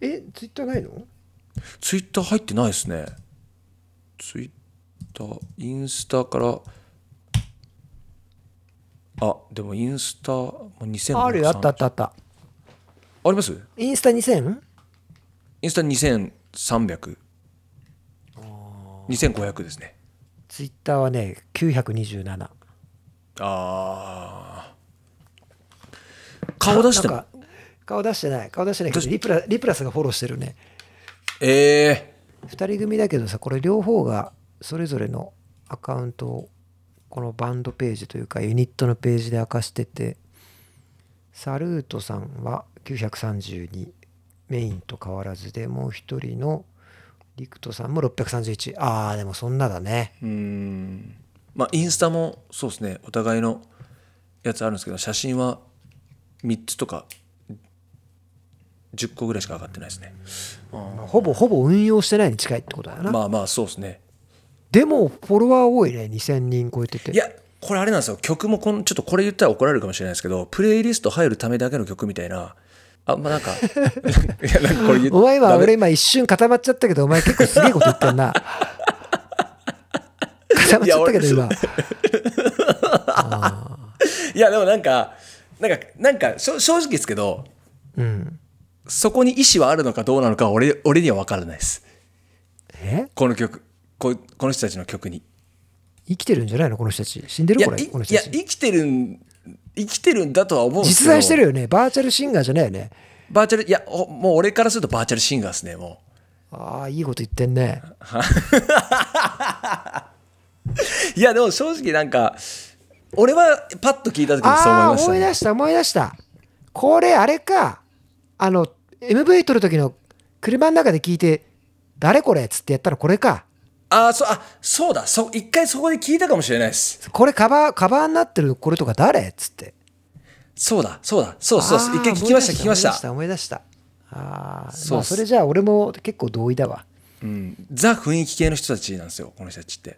Speaker 2: え、ツイッターないの
Speaker 1: ツイッター入ってないですねツイッターインスタからあでもインスタも2000
Speaker 2: あるよ、あったあったあっ
Speaker 1: あ
Speaker 2: た。
Speaker 1: ります
Speaker 2: インスタ 2000?
Speaker 1: インスタ23002500ですね
Speaker 2: ツイッターはね、927。
Speaker 1: あー顔出して
Speaker 2: な
Speaker 1: も
Speaker 2: んか顔出してない。顔出してないけど、リプラリプラスがフォローしてるね。
Speaker 1: え
Speaker 2: 2人組だけどさこれ両方がそれぞれのアカウントをこのバンドページというかユニットのページで明かしててサルートさんは932メインと変わらずでもう一人のリクトさんも631あーでもそんなだね
Speaker 1: ー、うーんまあインスタもそうですねお互いのやつあるんですけど写真は3つとか10個ぐらいしか上がってないですね
Speaker 2: ほぼほぼ運用してないに近いってことだよな、
Speaker 1: まあまあそうですね
Speaker 2: でもフォロワー多いね2000人超えてて
Speaker 1: いやこれあれなんですよ曲もこのちょっとこれ言ったら怒られるかもしれないですけどプレイリスト入るためだけの曲みたいなあまあなん かいやなんかこれ言っ
Speaker 2: お前今
Speaker 1: ダメ
Speaker 2: 俺今一瞬固まっちゃったけどお前結構すげえこと言っ てんな固まっちゃったけど今
Speaker 1: いやでもなんかなんかなんかしょ正直ですけど
Speaker 2: うん
Speaker 1: そこに意思はあるのかどうなのかは俺俺には分からないです
Speaker 2: え
Speaker 1: この曲ここの人たちの曲に
Speaker 2: 生きてるんじゃないのこの人たち死んで
Speaker 1: い
Speaker 2: る
Speaker 1: や
Speaker 2: これ
Speaker 1: い
Speaker 2: この
Speaker 1: い
Speaker 2: 人
Speaker 1: や
Speaker 2: たち
Speaker 1: 生きてるん生きてるんだとは思うんですけ
Speaker 2: 実
Speaker 1: ど
Speaker 2: 在してるよねバーチャルシンガーじゃないよね
Speaker 1: バーチャルいやおもう俺からするとバーチャルシンガーですねも
Speaker 2: ああいいこと言ってんね
Speaker 1: ういやでも正直なんか俺はパッと聞いた時にそう思い
Speaker 2: ああ
Speaker 1: ました、
Speaker 2: 思い
Speaker 1: ね、
Speaker 2: 出した思い出したこれあれかあの MV 撮る時の車の中で聞いて「誰これ?」っつってやったらこれか
Speaker 1: ああそうあそうだそ一回そこで聞いたかもしれないです
Speaker 2: これカバーカバーになってるこれとか誰っつって
Speaker 1: そうだそうだそうそうそう
Speaker 2: あー
Speaker 1: 一回聞きました聞きました
Speaker 2: 思い出した思い出したああ
Speaker 1: そ
Speaker 2: そうう、
Speaker 1: っ
Speaker 2: ますあ、それじゃあ俺も結構同意だわ
Speaker 1: うん、ザ雰囲気系の人たちなんですよこの人たちって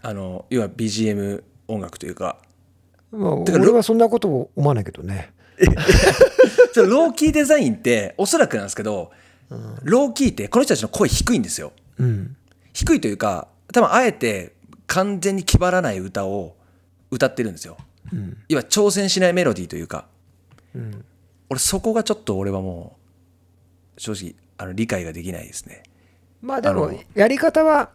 Speaker 1: あの要は BGM 音楽というか
Speaker 2: まあ
Speaker 1: てかロ
Speaker 2: 俺はそんなことを思わないけどね
Speaker 1: そのローキーデザインっておそらくなんですけど、ローキーってこの人たちの声低いんですよ
Speaker 2: うん
Speaker 1: 低いというか多分あえて完全に気張らない歌を歌ってるんですよ
Speaker 2: うん
Speaker 1: 要は挑戦しないメロディーというか
Speaker 2: うん
Speaker 1: 俺そこがちょっと俺はもう正直あの理解ができないですね
Speaker 2: まあで
Speaker 1: あ
Speaker 2: も
Speaker 1: の
Speaker 2: やり方は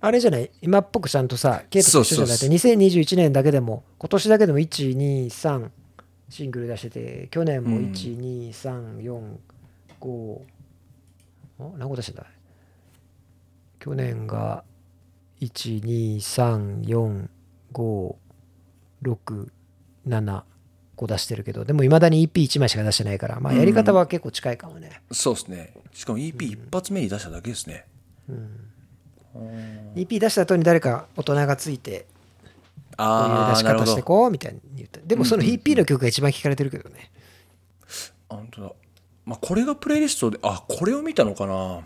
Speaker 2: あれじゃない今っぽくちゃんとさケイトと一緒じゃない
Speaker 1: そ
Speaker 2: と
Speaker 1: う
Speaker 2: 2021年だけでも今年だけでも123シングル出してて去年も
Speaker 1: うん
Speaker 2: 12345何個出してんだ去年が1234567個出してるけどでもいまだに EP1 枚しか出してないからまあやり方は結構近いかもね、
Speaker 1: そうですねしかも EP 一発目に出しただけですね、
Speaker 2: EP 出した後に誰か大人がついてこういう
Speaker 1: あ
Speaker 2: 出
Speaker 1: あ
Speaker 2: し
Speaker 1: なるほ
Speaker 2: 方し
Speaker 1: ど
Speaker 2: てこうみたいに言ったでもその EP の曲が一番聴かれてるけどね、
Speaker 1: あ本当だ、まあ、これがプレイリストであこれを見たのかな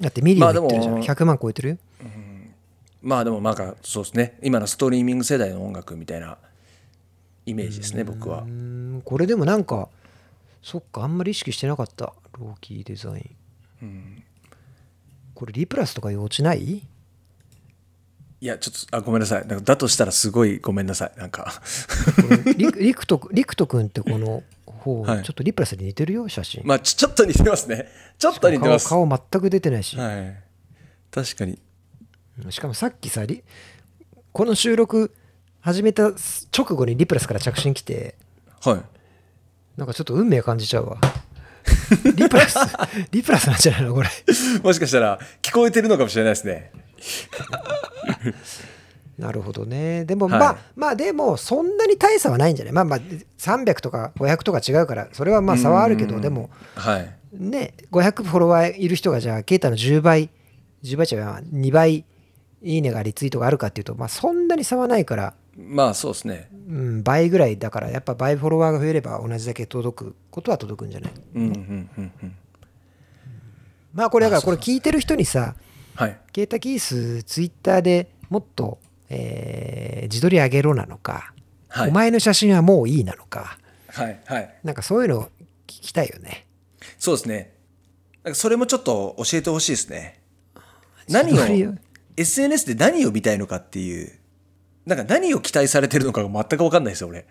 Speaker 2: だってミリオン
Speaker 1: まあ
Speaker 2: 言ってるじゃん、
Speaker 1: でも
Speaker 2: 100万超えてるよ
Speaker 1: まあでもなんかそうですね今のストリーミング世代の音楽みたいなイメージですね僕は
Speaker 2: うーんこれでもなんかそっかあんまり意識してなかったローキーデザインこれリプラスとか幼稚ない
Speaker 1: いやちょっとあごめんなさいなんかだとしたらすごいごめんなさいなんか
Speaker 2: これリクリクトリクト君ってこの方、
Speaker 1: はい
Speaker 2: ちょっとリプラスに似てるよ写真、
Speaker 1: まあちょちょっと似てますねちょっと似てますは
Speaker 2: 顔顔全く出てないし、
Speaker 1: い確かに
Speaker 2: うんしかもさっきさリこの収録始めた直後にリプラスから着信来て
Speaker 1: はい
Speaker 2: なんかちょっと運命感じちゃ うわ。リプラス、リプラスなんじゃないのこれ。
Speaker 1: もしかしたら聞こえてるのかもしれないですね
Speaker 2: なるほどね。でも、
Speaker 1: はい
Speaker 2: まあ、まあでも、そんなに大差はないんじゃないまあまあ、300とか500とか違うから、それはまあ差はあるけど、でも、
Speaker 1: はい
Speaker 2: ね、500フォロワーいる人が、じゃあ、ケイタの10倍、10倍じゃない2倍、いいねがリツイートがあるかっていうと、まあそんなに差はないから、
Speaker 1: まあそうですね。
Speaker 2: うん、倍ぐらいだからやっぱ倍フォロワーが増えれば同じだけ届くことは届くんじゃない
Speaker 1: うんうんうんうん。
Speaker 2: まあこれだからこれ聞いてる人にさ
Speaker 1: はい。
Speaker 2: ケータキースツイッターでもっと、えー自撮り上げろなのか、
Speaker 1: はい
Speaker 2: お前の写真はもういいなのか
Speaker 1: はいはい。
Speaker 2: なんかそういうの聞きたいよね
Speaker 1: そうですね。なんかそれもちょっと教えてほしいですね。何
Speaker 2: 自撮りを
Speaker 1: を、SNS で何を見たいのかっていう、なんか何を期待されてるのかが全く分かんないですよ、俺。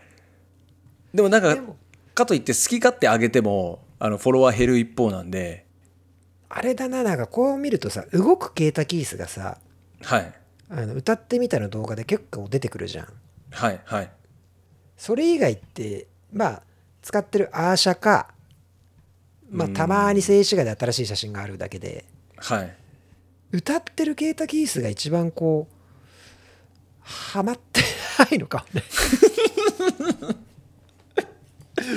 Speaker 1: でもなんか
Speaker 2: でも、
Speaker 1: かといって好き勝手上げても、あの、フォロワー減る一方なんで、
Speaker 2: あれだななんかこう見るとさ動くケータキースがさ
Speaker 1: はい。
Speaker 2: あの歌ってみたの動画で結構出てくるじゃん
Speaker 1: はいはい。
Speaker 2: それ以外ってまあ使ってるアーシャかまあ
Speaker 1: うん
Speaker 2: たまに静止画で新しい写真があるだけで
Speaker 1: はい。
Speaker 2: 歌ってるケータキースが一番こうハマって ないのかもね
Speaker 1: そうで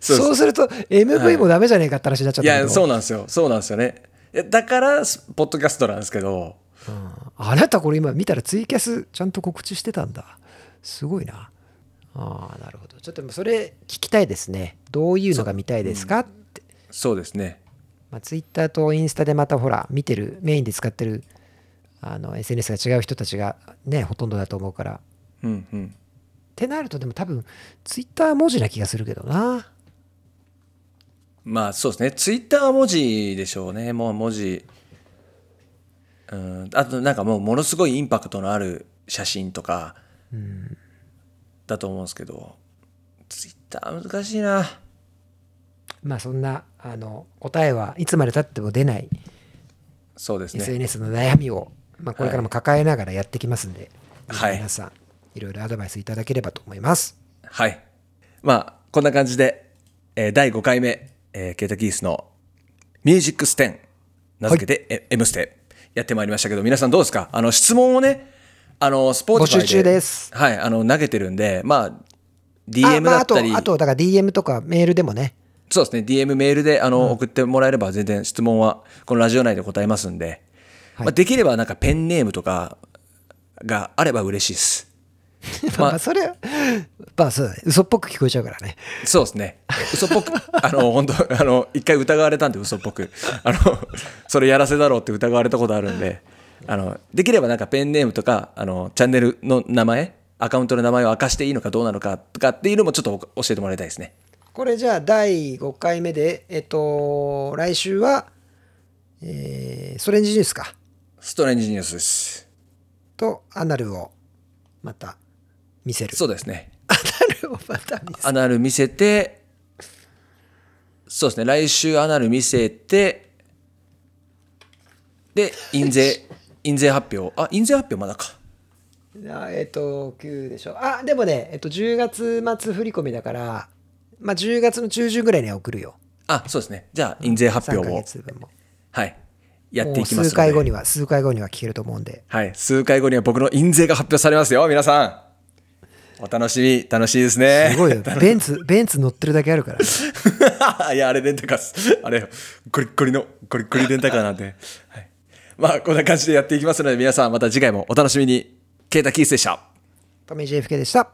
Speaker 1: す
Speaker 2: そうすると MV もダメじゃねえかって話になっちゃっ
Speaker 1: い
Speaker 2: たけ
Speaker 1: や、そ
Speaker 2: ど、
Speaker 1: うなんですよ。そうなんですよね。いやだから、すポッドキャストなんですけど、
Speaker 2: うんあなたこれ今見たらツイキャスちゃんと告知してたんだすごいなああなるほどちょっともうそれ聞きたいですねどういうのが見たいですかって、
Speaker 1: そうですね。
Speaker 2: まあ、ツイッターとインスタでまたほら見てるメインで使ってるあの SNS が違う人たちがねほとんどだと思うからっ
Speaker 1: うんうん。
Speaker 2: てなるとでも多分ツイッター文字な気がするけどな
Speaker 1: まあそうですね。ツイッターは文字でしょうね。もう文字。うん。あとなんかもうものすごいインパクトのある写真とか
Speaker 2: うん
Speaker 1: だと思うんですけど、ツイッター難しいな。
Speaker 2: まあそんなあの答えはいつまでたっても出ない
Speaker 1: そうですね。
Speaker 2: SNS の悩みを、まあ、これからも抱えながらやってきますんで、
Speaker 1: はい
Speaker 2: 皆さんいろいろアドバイスいただければと思います。
Speaker 1: はい。まあこんな感じで、えー第5回目、えーケータキースのミュージックステン名付けて、え M ステやってまいりましたけど、皆さんどうですかあの質問をね、あの、スポーツ
Speaker 2: 募集中です
Speaker 1: はい、あの、投げてるんで、まあ、
Speaker 2: あ
Speaker 1: DM
Speaker 2: まあ、
Speaker 1: だ
Speaker 2: あ
Speaker 1: っ
Speaker 2: と
Speaker 1: たり、
Speaker 2: あとだから DM とかメールでもね
Speaker 1: そうですね、DM メールであの、送ってもらえれば、全然質問は、このラジオ内で答えますんで、
Speaker 2: はい
Speaker 1: まあ、できればなんかペンネームとかがあれば嬉しいです。
Speaker 2: ま
Speaker 1: ま
Speaker 2: あ、それまあそうだね嘘っぽく聞こえちゃうからね
Speaker 1: そうですね、嘘っぽく、あの本当、あの一回疑われたんで、嘘っぽく、あのそれやらせだろうって疑われたことあるんで、あのできればなんかペンネームとかあの、チャンネルの名前、アカウントの名前を明かしていいのかどうなのかとかっていうのもちょっと教えてもらいたいですね。
Speaker 2: これじゃあ第5回目でえっと来週は、えー、ストレンジニュースか
Speaker 1: ストレンジニュースです。
Speaker 2: とアナルをまた見せる
Speaker 1: そうですね。
Speaker 2: アナルをまた見せる
Speaker 1: アナル見せて、そうですね、来週アナル見せて、で、印税、印税発表。あ、印税発表まだか。
Speaker 2: あえっ、と9でしょあでもね、えっと10月末振り込みだから、まあ、10月の中旬ぐらいには送るよ
Speaker 1: あ、そうですね。じゃあ、印税発
Speaker 2: 3
Speaker 1: 表
Speaker 2: ヶ
Speaker 1: を、
Speaker 2: 月分も
Speaker 1: はい、やって
Speaker 2: も
Speaker 1: いうきますので。
Speaker 2: 数回後には数回後には聞けると思うんで
Speaker 1: はい、数回後には僕の印税が発表されますよ、皆さん。お楽しみ、楽しいですね。
Speaker 2: すごいよベンツベンツ乗ってるだけあるから、ね、
Speaker 1: いや、あれレンタカーっす。あれ、ゴリッゴリの、ゴリッゴリレンタカーなんで。はい、まあ、こんな感じでやっていきますので、皆さんまた次回もお楽しみに。ケータキースでした。
Speaker 2: トミー JFK でした